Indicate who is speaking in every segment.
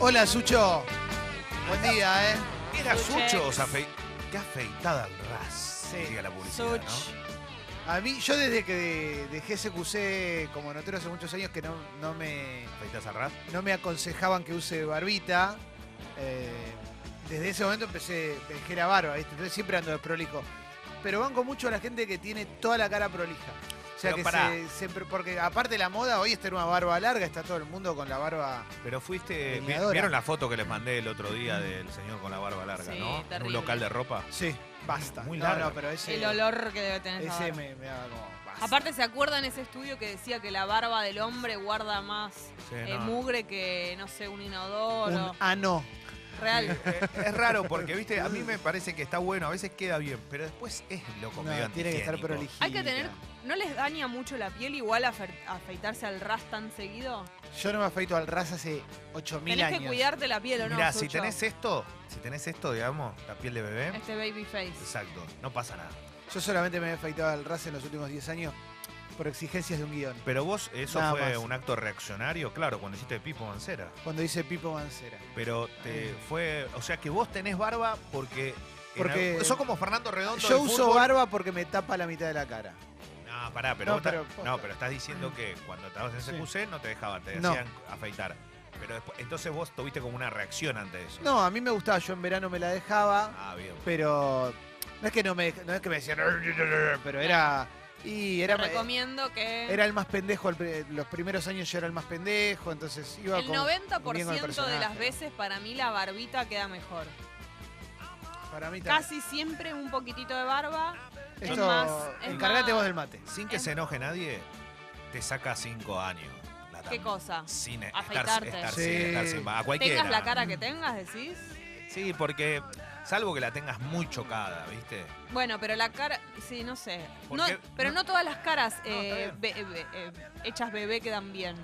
Speaker 1: Hola, Sucho. Buen día, ¿eh?
Speaker 2: Era
Speaker 3: Suche.
Speaker 2: Sucho, o sea, afe- qué afeitada al ras.
Speaker 1: Sí.
Speaker 2: Diga la publicidad,
Speaker 3: Such.
Speaker 2: ¿no?
Speaker 1: A mí, yo desde que dejé CQC como notero hace muchos años que no, no me,
Speaker 2: ¿Afeitas al ras?
Speaker 1: no me aconsejaban que use barbita. eh, desde ese momento empecé, dejé la barba, ¿viste? Entonces siempre ando de prolijo. Pero banco mucho a la gente que tiene toda la cara prolija. O sea
Speaker 2: Pero
Speaker 1: que
Speaker 2: pará.
Speaker 1: se, se- porque aparte la moda hoy es tener una barba larga, está todo el mundo con la barba.
Speaker 2: Pero fuiste. vi-
Speaker 1: Leñadora.
Speaker 2: ¿Vieron la foto que les mandé el otro día del señor con la barba larga,
Speaker 3: Sí,
Speaker 2: no? En
Speaker 3: terrible.
Speaker 2: un local de ropa.
Speaker 1: Sí, basta.
Speaker 2: Muy
Speaker 1: no,
Speaker 2: larga.
Speaker 1: no, pero ese,
Speaker 3: El olor que debe tener esa
Speaker 1: ese
Speaker 3: barba.
Speaker 1: me, me da como. basta.
Speaker 3: Aparte, ¿se acuerdan ese estudio que decía que la barba del hombre guarda más
Speaker 2: Sí,
Speaker 3: eh,
Speaker 2: no.
Speaker 3: mugre que, no sé, un
Speaker 1: un
Speaker 3: inodoro?
Speaker 1: ano.
Speaker 3: Real.
Speaker 2: Eh, Es raro porque, viste, a mí me parece que está bueno, a veces queda bien, pero después es loco.
Speaker 1: No,
Speaker 2: medio
Speaker 1: tiene que estar
Speaker 2: antihigiénico.
Speaker 1: prolijita.
Speaker 3: Hay que tener- ¿No les daña mucho la piel igual afe- afeitarse al ras tan seguido?
Speaker 1: Yo no me afeito al ras hace 8000
Speaker 3: Tenés
Speaker 1: años.
Speaker 3: que cuidarte la piel, ¿o no?
Speaker 2: Mirá, si
Speaker 3: Sucho?
Speaker 2: tenés esto, si tenés esto, digamos, la piel de bebé,
Speaker 3: Este baby face.
Speaker 2: exacto, no pasa nada.
Speaker 1: Yo solamente me he afeitado al ras en los últimos 10 años por exigencias de un guión.
Speaker 2: Pero vos, eso
Speaker 1: Nada
Speaker 2: fue
Speaker 1: más.
Speaker 2: un acto reaccionario, claro, cuando hiciste Pipo Mancera.
Speaker 1: Cuando dice Pipo Mancera.
Speaker 2: Pero te fue, o sea que vos tenés barba porque... en
Speaker 1: Porque-
Speaker 2: algún- sos como Fernando Redondo
Speaker 1: Yo
Speaker 2: del
Speaker 1: uso
Speaker 2: fútbol.
Speaker 1: barba porque me tapa la mitad de la cara.
Speaker 2: No, pará, pero,
Speaker 1: No,
Speaker 2: vos ta-
Speaker 1: pero posta.
Speaker 2: no, pero estás diciendo que cuando estabas en CQC no te dejaban, te
Speaker 1: No.
Speaker 2: hacían afeitar. Pero después, entonces vos tuviste como una reacción ante eso.
Speaker 1: No, a mí me gustaba, yo en verano me la dejaba,
Speaker 2: Ah, bien.
Speaker 1: pero no es que no me, no es que me decían, pero era y era
Speaker 3: Recomiendo que
Speaker 1: era el más pendejo, el pri- los primeros años yo era el más pendejo, entonces iba
Speaker 3: el
Speaker 1: con-
Speaker 3: 90% de
Speaker 1: personaje.
Speaker 3: las veces para mí la barbita queda mejor.
Speaker 1: para mí también.
Speaker 3: Casi siempre un poquitito de barba. es
Speaker 1: Esto,
Speaker 3: más- es
Speaker 1: encargate
Speaker 3: más-
Speaker 1: vos del mate.
Speaker 2: Sin que
Speaker 3: Em-
Speaker 2: se enoje nadie, te saca cinco años. la
Speaker 3: ¿Qué
Speaker 2: tam-
Speaker 3: cosa?
Speaker 2: Sin estar,
Speaker 3: Afeitarte.
Speaker 2: estar
Speaker 1: Sí.
Speaker 2: sin, estar sin barba. A cualquiera.
Speaker 3: Tengas la cara que tengas, decís.
Speaker 2: Sí, porque salvo que la tengas muy chocada, ¿viste?
Speaker 3: Bueno, pero la cara, sí, no sé.
Speaker 2: ¿Por
Speaker 3: No,
Speaker 2: qué?
Speaker 3: pero no todas las caras eh,
Speaker 2: está bien.
Speaker 3: be- be- eh, hechas bebé quedan bien.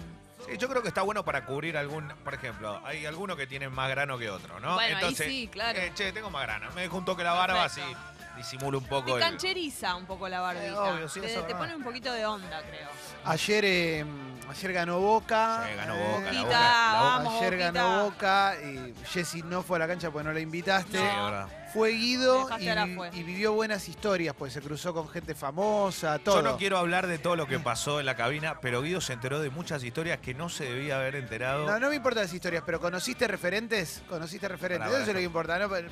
Speaker 2: Sí, yo creo que está bueno para cubrir algún, por ejemplo, hay alguno que tiene más grano que otro, ¿no?
Speaker 3: Bueno, ahí sí, claro.
Speaker 2: eh, che, tengo más grano. Me junto que la barba así
Speaker 3: Perfecto.
Speaker 2: disimulo un
Speaker 3: Te
Speaker 2: poco el-
Speaker 3: cancheriza un poco la barbita.
Speaker 2: Eh, obvio, sí,
Speaker 3: te,
Speaker 2: eso es
Speaker 3: te
Speaker 2: verdad.
Speaker 3: pone un poquito de onda, creo.
Speaker 1: Ayer eh, ayer ganó Boca.
Speaker 2: Sí, ganó
Speaker 1: eh,
Speaker 2: Boca, la
Speaker 3: Boquita,
Speaker 2: boca. la boca.
Speaker 3: vamos,
Speaker 1: Ayer ganó
Speaker 3: Boquita.
Speaker 1: Boca y Jessy no fue a la cancha porque no la invitaste.
Speaker 2: Sí,
Speaker 3: No.
Speaker 2: verdad.
Speaker 1: Fue
Speaker 3: Me
Speaker 1: Guido
Speaker 3: dejaste
Speaker 1: y,
Speaker 3: ahora fue.
Speaker 1: y vivió buenas historias, pues se cruzó con gente famosa, todo.
Speaker 2: Yo no quiero hablar de todo lo que pasó en la cabina, pero Guido se enteró de muchas historias que no se debía haber enterado.
Speaker 1: No, no me importan las historias, pero ¿conociste referentes? ¿Conociste referentes?
Speaker 2: Pará, pará,
Speaker 1: Eso es lo que importa. ¿no? Pero,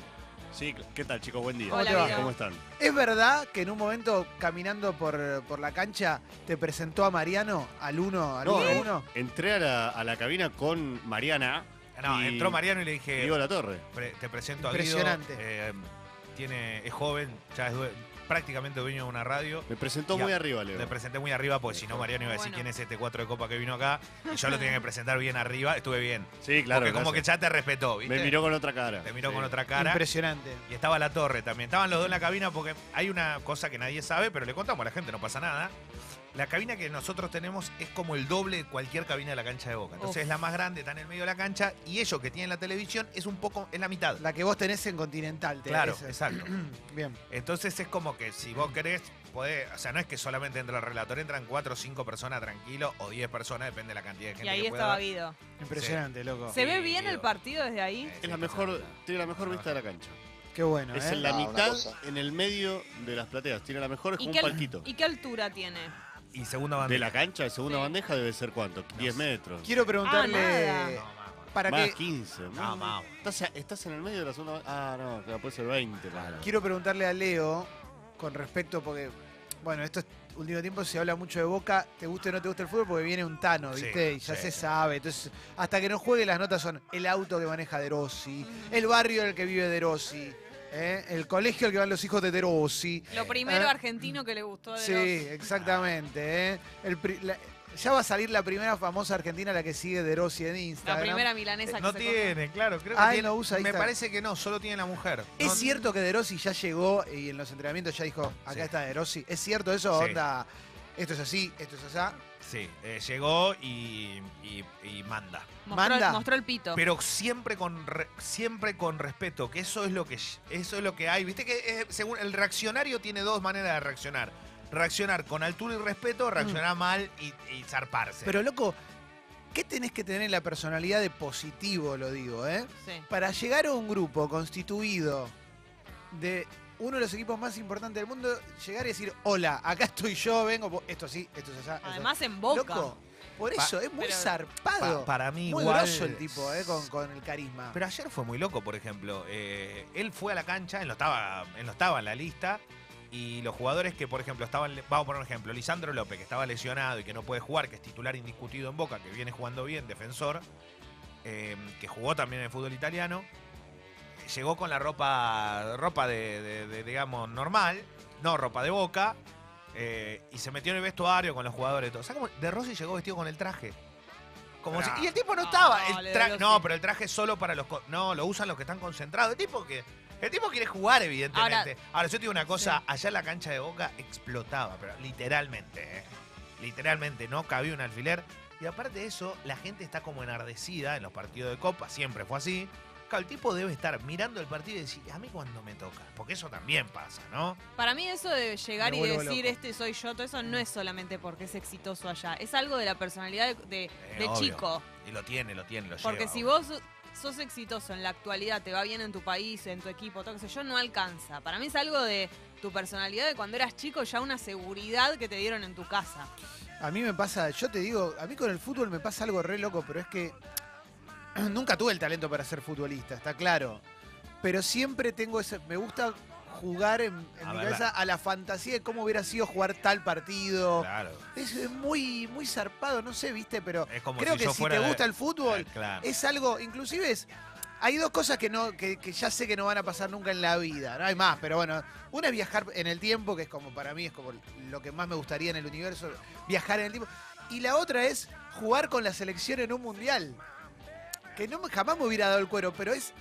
Speaker 4: Sí, cl- ¿qué tal chicos? Buen día.
Speaker 1: Hola,
Speaker 4: ¿Cómo,
Speaker 1: Guido.
Speaker 4: están?
Speaker 1: ¿Es verdad que en un momento, caminando por, por la cancha, te presentó a Mariano, al uno, al
Speaker 4: No,
Speaker 1: uno,
Speaker 4: eh.
Speaker 1: uno?
Speaker 4: Entré a la, a la cabina con Mariana
Speaker 2: No,
Speaker 4: Y-
Speaker 2: entró Mariano y le
Speaker 4: y
Speaker 2: dije,
Speaker 4: Diego La Torre.
Speaker 2: Pre- te presento a
Speaker 1: Impresionante.
Speaker 2: Guido. eh, tiene, es joven, ya es due- prácticamente dueño de una radio.
Speaker 4: Me presentó
Speaker 2: Ya.
Speaker 4: muy arriba, Leo.
Speaker 2: Le presenté muy arriba porque si no Mariano iba a decir
Speaker 3: Bueno.
Speaker 2: quién es este 4 de copa que vino acá. Y yo lo tenía que presentar bien arriba, estuve bien.
Speaker 4: Sí, claro.
Speaker 2: porque como que
Speaker 4: gracias.
Speaker 2: ya te respetó, ¿viste?
Speaker 4: Me miró con otra cara.
Speaker 2: Te miró
Speaker 4: Sí.
Speaker 2: con otra cara.
Speaker 1: Impresionante.
Speaker 2: Y estaba la torre también. Estaban los dos en la cabina porque hay una cosa que nadie sabe, pero le contamos a la gente, no pasa nada. La cabina que nosotros tenemos es como el doble de cualquier cabina de la cancha de Boca. Entonces
Speaker 3: Uf.
Speaker 2: es la más grande, está en el medio de la cancha y ellos que tienen la televisión es un poco, es la mitad.
Speaker 1: La que vos tenés en Continental, te
Speaker 2: Claro,
Speaker 1: esa. Mm,
Speaker 2: exacto.
Speaker 1: Bien.
Speaker 2: Entonces es como que si vos querés, podés, o sea, no es que solamente entra el relator, entran cuatro o cinco personas tranquilo o 10 personas, depende de la cantidad de gente
Speaker 3: Y ahí
Speaker 2: que pueda.
Speaker 3: estaba Guido.
Speaker 1: Impresionante, loco.
Speaker 3: ¿Se ve
Speaker 2: Sí,
Speaker 3: bien el
Speaker 2: Guido.
Speaker 3: partido desde ahí?
Speaker 2: Eh,
Speaker 4: Es la
Speaker 2: sí,
Speaker 4: mejor,
Speaker 2: está
Speaker 4: tiene la mejor vista de la cancha.
Speaker 1: Qué bueno,
Speaker 4: Es
Speaker 1: ¿eh?
Speaker 4: en la
Speaker 5: Ah, una
Speaker 4: mitad,
Speaker 5: cosa.
Speaker 4: en el medio de las plateas. Tiene la mejor, es
Speaker 3: ¿Y
Speaker 4: como
Speaker 3: qué,
Speaker 4: un
Speaker 3: al-
Speaker 4: palquito.
Speaker 3: y qué altura tiene?
Speaker 2: bien. Y segunda
Speaker 4: De
Speaker 2: bandera.
Speaker 4: la cancha, de segunda
Speaker 3: Sí.
Speaker 4: bandeja debe ser cuánto? 10 metros.
Speaker 1: Quiero
Speaker 3: Ah,
Speaker 1: preguntarle
Speaker 3: nada.
Speaker 2: No, mamá.
Speaker 1: para
Speaker 4: más
Speaker 1: qué
Speaker 4: 15.
Speaker 2: No, más.
Speaker 4: Estás, estás en el medio de la segunda bandeja. Ah, no, claro, puede ser 20. claro.
Speaker 1: Quiero preguntarle a Leo con respecto, porque, bueno, esto es- último tiempo se habla mucho de Boca, te gusta o no te gusta el fútbol, porque viene un Tano,
Speaker 2: Sí,
Speaker 1: ¿viste? y ya
Speaker 2: sí.
Speaker 1: se sabe. Entonces, hasta que no juegue, las notas son el auto que maneja De Rossi, el barrio en el que vive De Rossi, ¿eh? el colegio al que van los hijos de De Rossi.
Speaker 3: Lo primero
Speaker 1: Eh.
Speaker 3: argentino que le gustó de
Speaker 1: Sí,
Speaker 3: los...
Speaker 1: exactamente. ¿eh? El pri- la- ya va a salir la primera famosa argentina, la que sigue De Rossi en Instagram.
Speaker 3: La primera milanesa que
Speaker 2: eh, No
Speaker 3: se
Speaker 2: tiene, claro, creo que
Speaker 1: Ah, él
Speaker 2: tiene-
Speaker 1: no usa
Speaker 2: Me
Speaker 1: Instagram.
Speaker 2: parece que no, solo tiene la mujer.
Speaker 1: ¿Es
Speaker 2: No-
Speaker 1: cierto que De Rossi ya llegó y en los entrenamientos ya dijo, acá
Speaker 2: Sí.
Speaker 1: está De Rossi? ¿Es cierto eso?
Speaker 2: Sí.
Speaker 1: Onda, esto es así, esto es así.
Speaker 2: Sí, eh, llegó y, y- y manda.
Speaker 3: Mostró,
Speaker 1: Manda.
Speaker 3: mostró el pito.
Speaker 2: Pero siempre con re- siempre con respeto, que eso es lo que eso es lo que hay. Viste que eh, según el reaccionario tiene dos maneras de reaccionar.
Speaker 1: Mm.
Speaker 2: Reaccionar con altura y respeto, reaccionar mal y, y zarparse.
Speaker 1: Pero loco, ¿Qué tenés que tener en la personalidad de positivo, lo digo, eh?
Speaker 3: Sí.
Speaker 1: Para llegar a un grupo constituido de uno de los equipos más importantes del mundo, llegar y decir, hola, acá estoy yo, vengo, po- esto sí, esto es allá. esto-
Speaker 3: Además en Boca.
Speaker 1: Loco, por
Speaker 2: Pa-
Speaker 1: eso es muy
Speaker 3: pero-
Speaker 1: zarpado.
Speaker 2: Pa- para mí
Speaker 1: muy
Speaker 2: igual.
Speaker 1: groso el tipo, eh, con, con el carisma.
Speaker 2: Pero ayer fue muy loco, por ejemplo. Eh, él fue a la cancha, él no, estaba, él no estaba en la lista. Y los jugadores que, por ejemplo, estaban. Vamos a poner un ejemplo: Lisandro López, que estaba lesionado y que no puede jugar, que es titular indiscutido en Boca, que viene jugando bien, defensor, eh, que jugó también en el fútbol italiano. Llegó con la ropa, ropa de, de- de, digamos, normal, no ropa de boca, eh, y se metió en el vestuario con los jugadores y todo. ¿Sabes cómo? De Rossi llegó vestido con el traje. Como si-
Speaker 5: Bravo.
Speaker 2: y el tipo no
Speaker 3: No,
Speaker 2: estaba.
Speaker 3: no,
Speaker 2: el
Speaker 3: le
Speaker 2: tra-
Speaker 3: dio
Speaker 2: no,
Speaker 3: sí.
Speaker 2: pero el traje es solo para los. co- No, lo usan los que están concentrados. El tipo que. El tipo quiere jugar, evidentemente. Ahora, yo te digo una cosa, allá en la cancha de Boca explotaba, pero literalmente, ¿eh? literalmente, no cabía un alfiler. Y aparte de eso, la gente está como enardecida en los partidos de Copa, siempre fue así. Claro, el tipo debe estar mirando el partido y decir, a mí cuando me toca, porque eso también pasa, ¿no?
Speaker 3: Para mí eso de llegar
Speaker 1: Me
Speaker 3: y
Speaker 1: vuelvo
Speaker 3: decir
Speaker 1: loco.
Speaker 3: este soy yo, todo eso no es solamente porque es exitoso allá, es algo de la personalidad de,
Speaker 1: Eh,
Speaker 3: de- de
Speaker 2: obvio.
Speaker 3: chico.
Speaker 2: Y lo tiene, lo tiene, lo
Speaker 3: Porque
Speaker 2: lleva.
Speaker 3: si vos sos exitoso en la actualidad, te va bien en tu país, en tu equipo, todo eso, yo no alcanza. Para mí es algo de tu personalidad de cuando eras chico, ya una seguridad que te dieron en tu casa.
Speaker 1: A mí me pasa, yo te digo, a mí con el fútbol me pasa algo re loco, pero es que nunca tuve el talento para ser futbolista, está claro. Pero siempre tengo ese, me gusta jugar en, en
Speaker 2: A
Speaker 1: mi
Speaker 2: ver,
Speaker 1: cabeza a la fantasía de cómo hubiera sido jugar tal partido.
Speaker 2: Claro.
Speaker 1: Es eh, muy, muy zarpado, no sé, viste, pero
Speaker 2: Es como
Speaker 1: creo
Speaker 2: si
Speaker 1: que
Speaker 2: yo
Speaker 1: si
Speaker 2: fuera
Speaker 1: te
Speaker 2: de-
Speaker 1: gusta el fútbol,
Speaker 2: Claro.
Speaker 1: es algo, inclusive es, hay dos cosas que no, que, que ya sé que no van a pasar nunca en la vida, no hay más, pero bueno, una es viajar en el tiempo, que es como para mí es como lo que más me gustaría en el universo, viajar en el tiempo, y la otra es jugar con la selección en un mundial, que no me- jamás me hubiera dado el cuero, pero es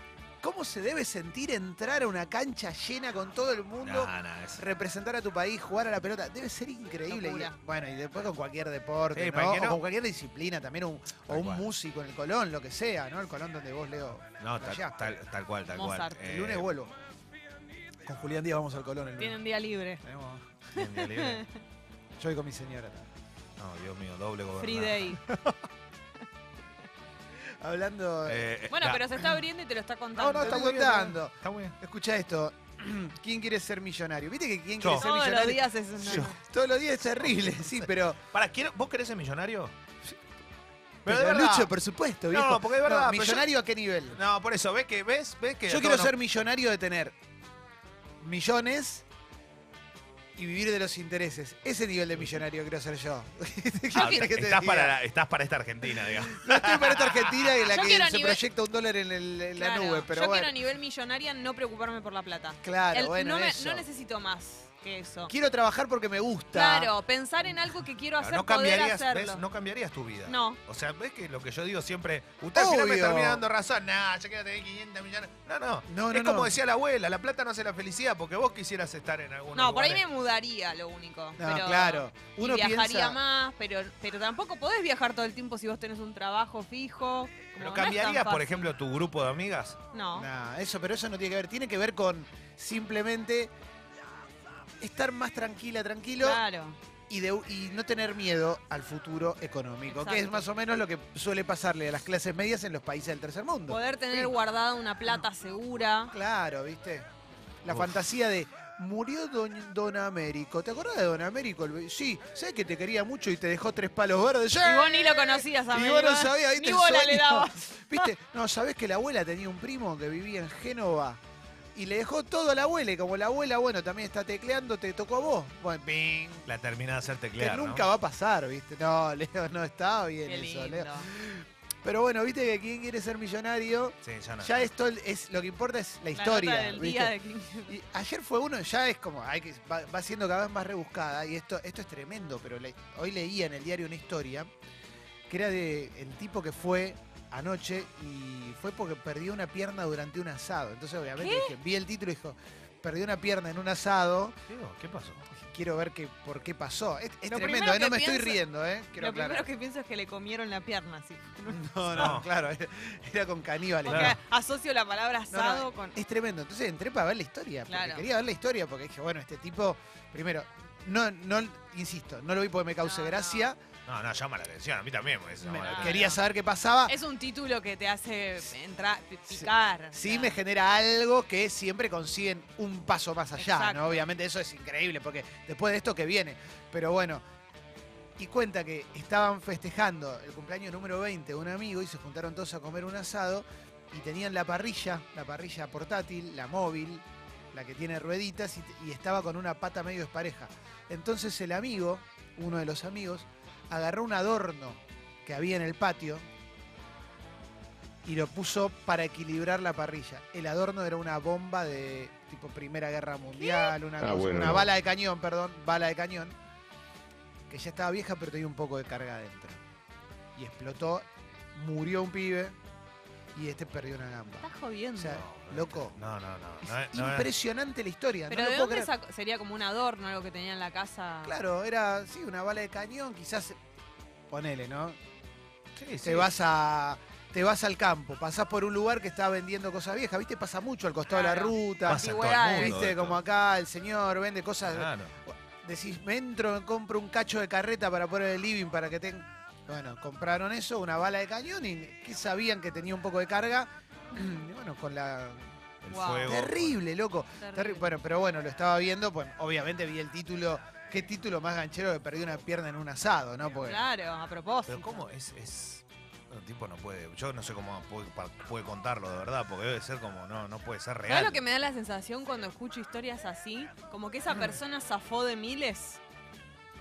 Speaker 1: cómo se debe sentir entrar a una cancha llena con todo el mundo.
Speaker 2: No, no, es-
Speaker 1: Representar a tu país, jugar a la pelota, debe ser increíble. Y,
Speaker 3: Locura.
Speaker 1: bueno, y después con cualquier deporte,
Speaker 2: Sí,
Speaker 1: ¿no?
Speaker 2: ¿para qué
Speaker 1: O
Speaker 2: no?
Speaker 1: con cualquier disciplina también, un- o
Speaker 2: Tal
Speaker 1: un
Speaker 2: cual.
Speaker 1: músico en el Colón, lo que sea, ¿no? El Colón donde vos leo.
Speaker 2: no, tal,
Speaker 1: Allá.
Speaker 2: tal- tal cual, tal cual.
Speaker 3: Mozart.
Speaker 1: El lunes
Speaker 2: Eh,
Speaker 1: vuelvo. Con Julián Díaz vamos al Colón el lunes.
Speaker 3: Tienen día libre.
Speaker 1: Tenemos-
Speaker 2: bien, bien, bien.
Speaker 1: Yo voy con mi señora también.
Speaker 2: No, Dios mío, doble gobernador.
Speaker 3: Free day.
Speaker 1: Hablando.
Speaker 2: Eh,
Speaker 3: Bueno,
Speaker 2: da-
Speaker 3: pero se está abriendo y te lo está
Speaker 1: no,
Speaker 3: contando.
Speaker 1: no, está
Speaker 2: muy bien,
Speaker 1: contando.
Speaker 2: Está muy bien.
Speaker 1: Escucha esto. ¿Quién quiere ser millonario? ¿Viste que quién
Speaker 2: Yo.
Speaker 1: quiere ser
Speaker 3: Todos los
Speaker 1: millonario?
Speaker 3: días es una-
Speaker 2: Yo-
Speaker 1: Todos los días es terrible, sí, pero.
Speaker 2: Para, ¿quiero- ¿vos querés ser millonario?
Speaker 1: pero Lucho, por supuesto,
Speaker 2: No,
Speaker 1: viejo.
Speaker 2: porque es verdad, pero yo-
Speaker 1: ¿Millonario a qué nivel?
Speaker 2: No, por eso, ¿ves que ves? ¿Ves que
Speaker 1: Yo
Speaker 2: a
Speaker 1: quiero
Speaker 2: todos
Speaker 1: ser millonario de tener millones y vivir de los intereses. Ese nivel de millonario quiero ser yo.
Speaker 2: nos- Ah,
Speaker 1: ¿Qué querés que te
Speaker 2: estás,
Speaker 1: diga?
Speaker 2: para la- estás para esta Argentina, digamos.
Speaker 1: No estoy para esta Argentina en la
Speaker 3: Yo
Speaker 1: que se
Speaker 3: quiero nivel-
Speaker 1: proyecta un dólar en, el- en
Speaker 3: Claro,
Speaker 1: la nube, pero
Speaker 3: yo quiero
Speaker 1: bueno.
Speaker 3: a nivel millonaria no preocuparme por la plata.
Speaker 1: Claro,
Speaker 3: El-
Speaker 1: bueno,
Speaker 3: no, me-
Speaker 1: eso.
Speaker 3: no necesito más que eso.
Speaker 1: Quiero trabajar porque me gusta.
Speaker 3: Claro, pensar en algo que quiero hacer,
Speaker 2: no
Speaker 3: poder
Speaker 2: cambiarías,
Speaker 3: hacerlo.
Speaker 2: ¿ves? No cambiarías tu vida.
Speaker 3: No.
Speaker 2: O sea, ¿ves que lo que yo digo siempre? Usted al final me
Speaker 1: Obvio.
Speaker 2: termina dando razón. Nah, yo quiero tener 500 millones. No, no.
Speaker 1: No, no,
Speaker 2: es como
Speaker 1: no.
Speaker 2: decía la abuela, la plata no hace la felicidad porque vos quisieras estar en algún
Speaker 3: No, por ahí me
Speaker 2: lugar.
Speaker 3: mudaría, lo único.
Speaker 1: No,
Speaker 3: pero-
Speaker 1: Ah, claro.
Speaker 3: y
Speaker 1: Uno
Speaker 3: viajaría
Speaker 1: piensa.
Speaker 3: más, pero, pero tampoco podés viajar todo el tiempo si vos tenés un trabajo fijo.
Speaker 2: Pero
Speaker 3: Como, no es
Speaker 2: cambiarías,
Speaker 3: tan
Speaker 2: por
Speaker 3: fácil.
Speaker 2: ejemplo, tu grupo de amigas.
Speaker 3: No.
Speaker 1: Nah, eso, pero eso no tiene que ver. Tiene que ver con simplemente estar más tranquila, tranquilo
Speaker 3: Claro.
Speaker 1: y, de- y no tener miedo al futuro económico, que es
Speaker 3: Exacto.
Speaker 1: más o menos lo que suele pasarle a las clases medias en los países del tercer mundo.
Speaker 3: Poder tener guardada una plata segura.
Speaker 1: Claro, ¿viste? La
Speaker 2: Uf.
Speaker 1: fantasía de murió don, don Américo. ¿Te acordás de Don Américo? El- Sí, ¿sabes que te quería mucho y te dejó tres palos verdes? ¿Eh? ¡Sí!
Speaker 3: Y vos ni lo conocías,
Speaker 1: Y
Speaker 3: amigo.
Speaker 1: vos no sabías, ¿viste?
Speaker 3: Ni
Speaker 1: El
Speaker 3: bola le
Speaker 1: sueño.
Speaker 3: dabas.
Speaker 1: ¿Viste? No, ¿sabés que la abuela tenía un primo que vivía en Génova? Y le dejó todo a la abuela, y como la abuela, bueno, también está tecleando, te tocó a vos. Bueno, ping.
Speaker 2: La termina de hacer
Speaker 1: Que
Speaker 2: teclear, ¿no?
Speaker 1: nunca va a pasar, ¿viste? No, Leo, no está bien
Speaker 3: Qué
Speaker 1: eso,
Speaker 3: lindo.
Speaker 1: Leo. Pero bueno, viste que quien quiere ser millonario,
Speaker 2: Sí, ya no.
Speaker 1: ya esto es, lo que importa es la
Speaker 3: La
Speaker 1: historia.
Speaker 3: nota del
Speaker 1: ¿viste?
Speaker 3: día de Clinton.
Speaker 1: Y ayer fue uno, ya es como, hay que, va, va siendo cada vez más rebuscada, y esto, esto es tremendo, pero le- hoy leía en el diario una historia que era de el tipo que fue anoche y fue porque perdió una pierna durante un asado. Entonces, obviamente, dije, vi el título y dijo, perdió una pierna en un asado,
Speaker 2: Digo, ¿Qué pasó?
Speaker 1: quiero ver que, por qué pasó. Es, es
Speaker 3: Lo
Speaker 1: tremendo,
Speaker 3: primero
Speaker 1: eh, no
Speaker 3: que
Speaker 1: me estoy
Speaker 3: pienso-
Speaker 1: riendo, ¿eh? Quiero
Speaker 3: Lo primero
Speaker 1: aclarar.
Speaker 3: que pienso es que le comieron la pierna, sí.
Speaker 1: No, no, claro, era, era con caníbales.
Speaker 3: Porque asocio la palabra
Speaker 1: No, no,
Speaker 3: asado con.
Speaker 1: Es tremendo. Entonces entré para ver la historia. Porque
Speaker 3: Claro.
Speaker 1: quería ver la historia porque dije, bueno, este tipo, primero, no, no, insisto, no lo vi porque me cause
Speaker 3: No, no.
Speaker 1: gracia.
Speaker 2: No, no, llama la atención. A mí también me llama
Speaker 1: Me-
Speaker 2: la atención.
Speaker 1: quería saber qué pasaba.
Speaker 3: Es un título que te hace entrar, pi- picar. o
Speaker 1: Sí
Speaker 3: sea.
Speaker 1: me genera algo que siempre consiguen un paso más allá,
Speaker 3: Exacto.
Speaker 1: ¿no? Obviamente eso es increíble, porque después de esto que viene. Pero bueno, y cuenta que estaban festejando el cumpleaños número 20 de un amigo y se juntaron todos a comer un asado y tenían la parrilla, la parrilla portátil, la móvil, la que tiene rueditas y, y estaba con una pata medio despareja. Entonces el amigo, uno de los amigos, agarró un adorno que había en el patio y lo puso para equilibrar la parrilla. El adorno era una bomba de tipo Primera Guerra Mundial, una,
Speaker 5: Ah,
Speaker 1: cosa-
Speaker 5: bueno,
Speaker 1: una
Speaker 5: no.
Speaker 1: bala de cañón, perdón, bala de cañón, que ya estaba vieja pero tenía un poco de carga adentro. Y explotó, murió un pibe y este perdió una gamba.
Speaker 3: Estás jodiendo.
Speaker 1: O sea,
Speaker 2: No,
Speaker 1: loco.
Speaker 2: No, no, no.
Speaker 1: Es
Speaker 2: no es- no es-
Speaker 1: impresionante la historia.
Speaker 3: Ah, Pero
Speaker 1: no lo
Speaker 3: ¿de
Speaker 1: puedo
Speaker 3: dónde
Speaker 1: creer.
Speaker 3: sacó? Sería como un adorno, algo que tenía en la casa.
Speaker 1: Claro, era, sí, una bala de cañón, quizás, ponele, ¿no?
Speaker 2: Sí, sí.
Speaker 1: Te vas a... Te vas al campo, pasás por un lugar que está vendiendo cosas viejas, ¿viste? Pasa mucho al costado de la
Speaker 3: Claro.
Speaker 1: ruta.
Speaker 2: Pasa en todo el
Speaker 3: Antigüedades.
Speaker 2: mundo
Speaker 1: ¿Viste?
Speaker 2: esto. Ah.
Speaker 1: Como acá el señor vende cosas.
Speaker 2: Claro.
Speaker 1: Decís, me entro, me compro un cacho de carreta para poner el living para que tengan. Bueno, compraron eso, una bala de cañón y que sabían que tenía un poco de carga. Y bueno, con la.
Speaker 2: El
Speaker 3: Wow.
Speaker 2: fuego.
Speaker 1: Terrible, loco.
Speaker 3: Terrible.
Speaker 1: Terri- Bueno, pero bueno, lo estaba viendo, pues obviamente vi el título. ¿Qué título más ganchero que perdió una pierna en un asado, no? Porque-
Speaker 3: Claro, a propósito.
Speaker 2: Pero cómo es, es. El tipo no puede. Yo no sé cómo puede, pa- puede contarlo de verdad, porque debe ser como no, no puede ser
Speaker 3: ¿Sabes
Speaker 2: real.
Speaker 3: lo que me da la sensación cuando escucho historias así? Como que esa
Speaker 1: Mm.
Speaker 3: persona zafó de miles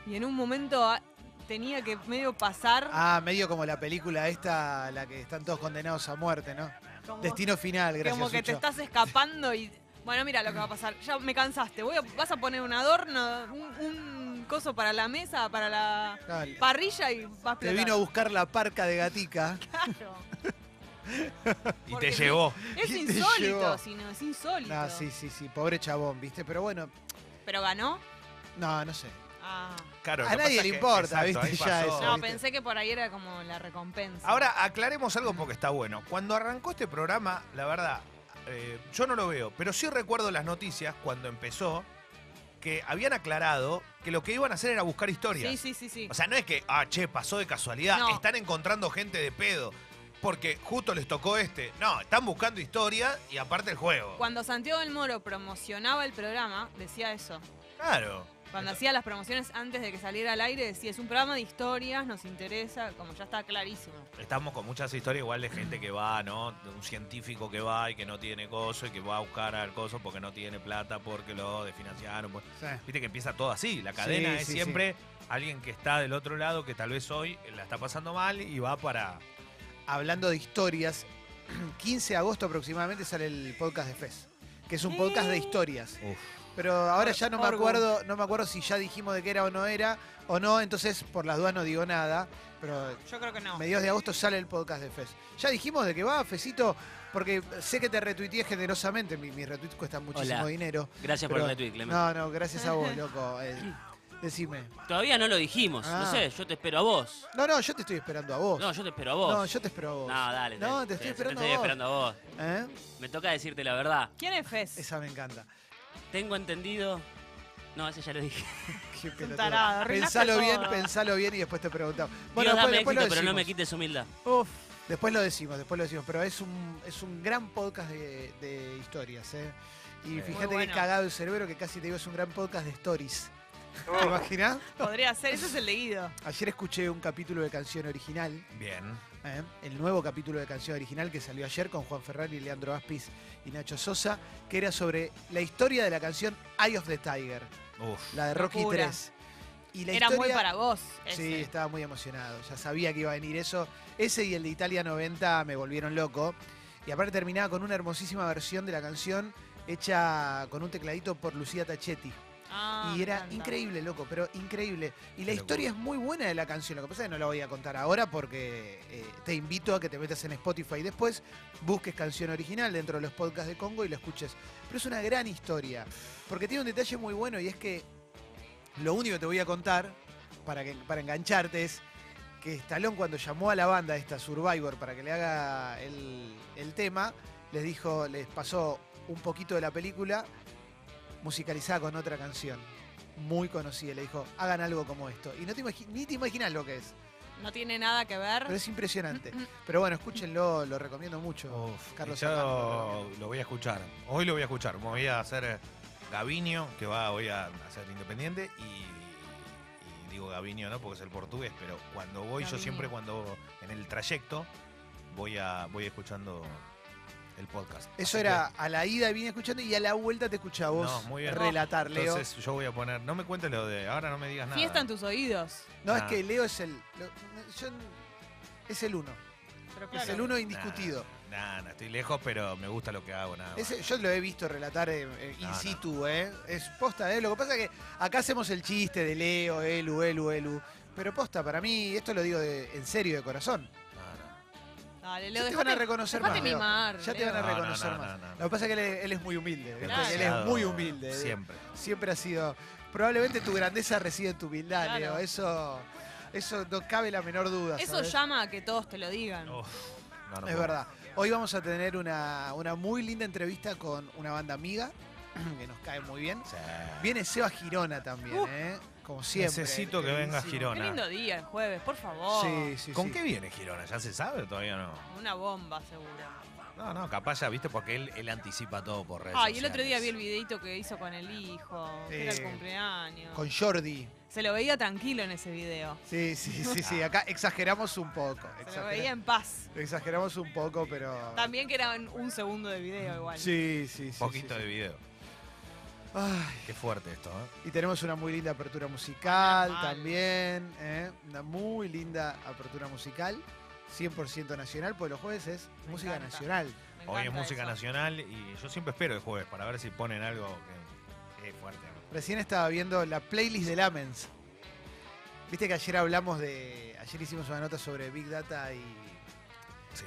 Speaker 3: y en un momento ah, tenía que medio pasar.
Speaker 1: Ah, medio como la película esta, la que están todos condenados a muerte, ¿no?
Speaker 3: como,
Speaker 1: Destino final, gracias.
Speaker 3: como que te
Speaker 1: Sucho.
Speaker 3: estás escapando y. Bueno, mira lo que va a pasar. Ya me cansaste. Voy a- vas a poner un adorno, un, un coso para la mesa, para la
Speaker 1: Ah,
Speaker 3: parrilla y vas a
Speaker 1: Te
Speaker 3: explotar.
Speaker 1: vino a buscar la parca de gatica.
Speaker 3: Claro.
Speaker 2: y te
Speaker 3: porque-
Speaker 2: llegó.
Speaker 3: Es
Speaker 1: ¿Quién te
Speaker 3: insólito,
Speaker 1: llevó?
Speaker 3: si no, es insólito.
Speaker 1: No, Ah, sí, sí, sí, pobre chabón, ¿viste? Pero bueno,
Speaker 3: Pero ganó.
Speaker 1: no, no sé.
Speaker 3: Ah.
Speaker 2: Claro,
Speaker 1: A
Speaker 2: lo que
Speaker 1: nadie
Speaker 2: pasa
Speaker 1: le
Speaker 2: es que-
Speaker 1: importa,
Speaker 2: exacto,
Speaker 1: ¿viste?
Speaker 2: ahí
Speaker 1: Ya
Speaker 2: pasó.
Speaker 1: eso.
Speaker 3: No,
Speaker 1: viste.
Speaker 3: pensé que por ahí era como la recompensa.
Speaker 2: Ahora aclaremos algo porque está bueno. Cuando arrancó este programa, la verdad, eh, yo no lo veo, pero sí recuerdo las noticias cuando empezó que habían aclarado que lo que iban a hacer era buscar historias.
Speaker 3: Sí, sí, sí, sí.
Speaker 2: O sea, no es que, ah, che, pasó de casualidad,
Speaker 3: No.
Speaker 2: están encontrando gente de pedo porque justo les tocó este. No, están buscando historia y aparte el juego.
Speaker 3: Cuando Santiago del Moro promocionaba el programa, decía eso.
Speaker 2: Claro.
Speaker 3: Cuando hacía las promociones antes de que saliera al aire, decía, es un programa de historias, nos interesa, como ya está clarísimo.
Speaker 2: Estamos con muchas historias igual de gente que va, ¿no? De un científico que va y que no tiene coso y que va a buscar al coso porque no tiene plata, porque lo desfinanciaron. por-
Speaker 1: Sí.
Speaker 2: Viste que empieza todo así. La cadena
Speaker 1: Sí,
Speaker 2: es
Speaker 1: sí,
Speaker 2: siempre alguien que está del otro lado, que tal vez hoy la está pasando mal y va para.
Speaker 1: Hablando de historias, 15 de agosto aproximadamente sale el podcast de Fez, que es un
Speaker 3: Sí.
Speaker 1: podcast de historias.
Speaker 2: Uf.
Speaker 1: Pero ahora ya no me
Speaker 3: Orgu.
Speaker 1: acuerdo, no me acuerdo si ya dijimos de qué era o no era o no, entonces por las dudas no digo nada, pero
Speaker 3: Yo creo que no.
Speaker 1: mediados de agosto sale el podcast de Fez. Ya dijimos de qué va, Fecito, porque sé que te retuiteé generosamente, mi- mis retweets cuestan muchísimo
Speaker 6: Hola.
Speaker 1: dinero.
Speaker 6: Gracias por
Speaker 1: Pero-
Speaker 6: el retweet, Clemente.
Speaker 1: No, no, gracias a vos, loco. eh, decime.
Speaker 6: Todavía no lo dijimos.
Speaker 1: Ah.
Speaker 6: No sé, yo te espero a vos.
Speaker 1: No, no, yo te estoy esperando a vos.
Speaker 6: No, yo te espero a
Speaker 1: No,
Speaker 6: vos.
Speaker 1: yo te espero a vos.
Speaker 6: No, dale.
Speaker 1: No, te estoy esperando
Speaker 6: Te estoy
Speaker 1: a vos.
Speaker 6: esperando a vos.
Speaker 1: ¿Eh?
Speaker 6: Me toca decirte la verdad.
Speaker 3: ¿Quién es Fez?
Speaker 1: Esa me encanta.
Speaker 6: Tengo entendido. No, ese ya lo dije.
Speaker 1: Qué pelotudo.
Speaker 3: tarado, arruinaste
Speaker 1: pensalo bien,
Speaker 3: todo.
Speaker 1: pensalo bien y después te preguntamos.
Speaker 6: Dios dame éxito,
Speaker 1: lo
Speaker 6: pero no me
Speaker 1: decimos.
Speaker 6: quites humildad.
Speaker 1: Uf, después lo decimos, después lo decimos. Pero es un, es un gran podcast de, de historias, ¿eh? Y
Speaker 2: Muy
Speaker 1: fíjate que
Speaker 3: bueno.
Speaker 1: he cagado el cerebro que casi te digo es un gran podcast de stories.
Speaker 3: Oh.
Speaker 1: ¿Te imaginas?
Speaker 3: Podría ser, ese es el leído.
Speaker 1: Ayer escuché un capítulo de canción original.
Speaker 2: Bien.
Speaker 1: ¿eh? el nuevo capítulo de canción original que salió ayer con Juan Ferrari, Leandro Aspis y Nacho Sosa, que era sobre la historia de la canción Eye of the Tiger,
Speaker 2: Uf.
Speaker 1: la de Rocky
Speaker 3: Locura.
Speaker 1: 3. Y la
Speaker 3: Era muy
Speaker 1: historia-
Speaker 3: para vos.
Speaker 1: Sí,
Speaker 3: ese.
Speaker 1: estaba muy emocionado, ya sabía que iba a venir eso. Ese y el de Italia 90 me volvieron loco. Y aparte terminaba con una hermosísima versión de la canción hecha con un tecladito por Lucía Tachetti.
Speaker 3: Ah,
Speaker 1: Y
Speaker 3: me
Speaker 1: era
Speaker 3: encanta.
Speaker 1: increíble, loco, pero increíble. Y la
Speaker 2: Qué
Speaker 1: historia es muy buena de la canción. Lo que pasa es que no la voy a contar ahora porque eh, te invito a que te metas en Spotify después, busques canción original dentro de los podcasts de Congo y la escuches. Pero es una gran historia, porque tiene un detalle muy bueno y es que lo único que te voy a contar para, que, para engancharte es que Stallone cuando llamó a la banda esta Survivor para que le haga el, el tema, les dijo, les pasó un poquito de la película musicalizada con otra canción muy conocida. Le dijo, hagan algo como esto. Y no te imagi- ni te imaginas lo que es.
Speaker 3: No tiene nada que ver.
Speaker 1: Pero es impresionante. Pero bueno, escúchenlo, lo recomiendo mucho.
Speaker 2: Uf,
Speaker 1: Carlos
Speaker 2: yo
Speaker 1: Serrano, lo recomiendo.
Speaker 2: lo voy a escuchar. Hoy lo voy a escuchar. Me voy a hacer eh, Gaviño, que va, voy a hacer independiente. Y, y digo Gaviño, ¿no? Porque es el portugués. Pero cuando voy, yo
Speaker 3: Gaviño.
Speaker 2: siempre cuando en el trayecto voy a voy escuchando el podcast.
Speaker 1: Eso
Speaker 2: Así que,
Speaker 1: era a la ida vine escuchando y a la vuelta te escuchaba vos
Speaker 2: No, muy bien.
Speaker 1: relatar, Leo.
Speaker 2: Entonces yo voy a poner. No me cuentes lo de. Ahora no me digas nada.
Speaker 3: Fiesta en tus oídos.
Speaker 1: no, es
Speaker 2: Ah.
Speaker 1: que Leo es el. lo- yo- es el uno.
Speaker 3: Pero
Speaker 1: Es
Speaker 3: claro.
Speaker 1: el uno indiscutido.
Speaker 2: Nah, nah, estoy lejos, pero me gusta lo que hago, nada. más.
Speaker 1: Ese- yo lo he visto relatar eh, eh, in
Speaker 2: Ah, No, no.
Speaker 1: situ, ¿eh? Es posta, ¿eh? Lo que pasa es que acá hacemos el chiste de Leo, Elu, Elu, Elu. Pero posta, para mí, esto lo digo de- en serio, de corazón.
Speaker 2: No, no.
Speaker 3: Dale,
Speaker 1: Ya
Speaker 3: Leo,
Speaker 1: te van a
Speaker 3: dejate-
Speaker 1: reconocer
Speaker 3: dejate
Speaker 1: más. Leo.
Speaker 3: mimar,
Speaker 1: Ya te van a
Speaker 2: Leo. No, no,
Speaker 1: reconocer
Speaker 2: no,
Speaker 1: más.
Speaker 2: no, no.
Speaker 1: Lo que pasa es que él, es- él es muy humilde. ¿viste?
Speaker 3: Claro.
Speaker 1: Él es muy humilde. ¿eh?
Speaker 2: Siempre.
Speaker 1: Siempre ha sido. Probablemente tu grandeza reside en tu humildad,
Speaker 3: Claro.
Speaker 1: Leo. Eso, eso no cabe la menor duda.
Speaker 3: Eso
Speaker 1: ¿sabes?
Speaker 3: llama a que todos te lo digan.
Speaker 2: Uf, no, no
Speaker 1: Es
Speaker 2: puedo.
Speaker 1: verdad. Hoy vamos a tener una, una muy linda entrevista con una banda amiga que nos cae muy bien.
Speaker 2: Sí.
Speaker 1: Viene Seba Girona también,
Speaker 3: Uh.
Speaker 1: ¿eh? Como siempre.
Speaker 2: Necesito que venga Girona.
Speaker 3: Qué lindo día el jueves, por favor.
Speaker 1: Sí, sí,
Speaker 2: ¿Con
Speaker 1: sí.
Speaker 2: qué viene Girona? ¿Ya se sabe o todavía no?
Speaker 3: Una bomba, seguro.
Speaker 2: No, no, capaz ya, viste, porque él, él anticipa todo por redes
Speaker 3: Ah, y el otro
Speaker 2: sociales.
Speaker 3: día vi el videito que hizo con el hijo, que era el
Speaker 1: Eh,
Speaker 3: cumpleaños.
Speaker 1: Con Jordi.
Speaker 3: Se lo veía tranquilo en ese video.
Speaker 1: Sí, sí, sí, sí. Acá exageramos un poco.
Speaker 3: Se lo
Speaker 1: exagera-
Speaker 3: veía en paz.
Speaker 1: Exageramos un poco, pero.
Speaker 3: También que era un- un segundo de video igual.
Speaker 1: Sí, sí, sí.
Speaker 2: Un Poquito
Speaker 1: sí, sí.
Speaker 2: de video.
Speaker 1: Ay,
Speaker 2: Qué fuerte esto, ¿eh?
Speaker 1: y tenemos una muy linda apertura musical
Speaker 3: Normal.
Speaker 1: también. ¿eh? Una muy linda apertura musical. 100% nacional, pues los jueves es
Speaker 3: Me
Speaker 1: música
Speaker 3: encanta.
Speaker 1: nacional.
Speaker 3: Me encanta
Speaker 2: Hoy es música
Speaker 3: eso.
Speaker 2: nacional y yo siempre espero el jueves para ver si ponen algo que es fuerte.
Speaker 1: Recién estaba viendo la playlist de Lamens. Viste que ayer hablamos de. Ayer hicimos una nota sobre Big Data y
Speaker 2: Sí.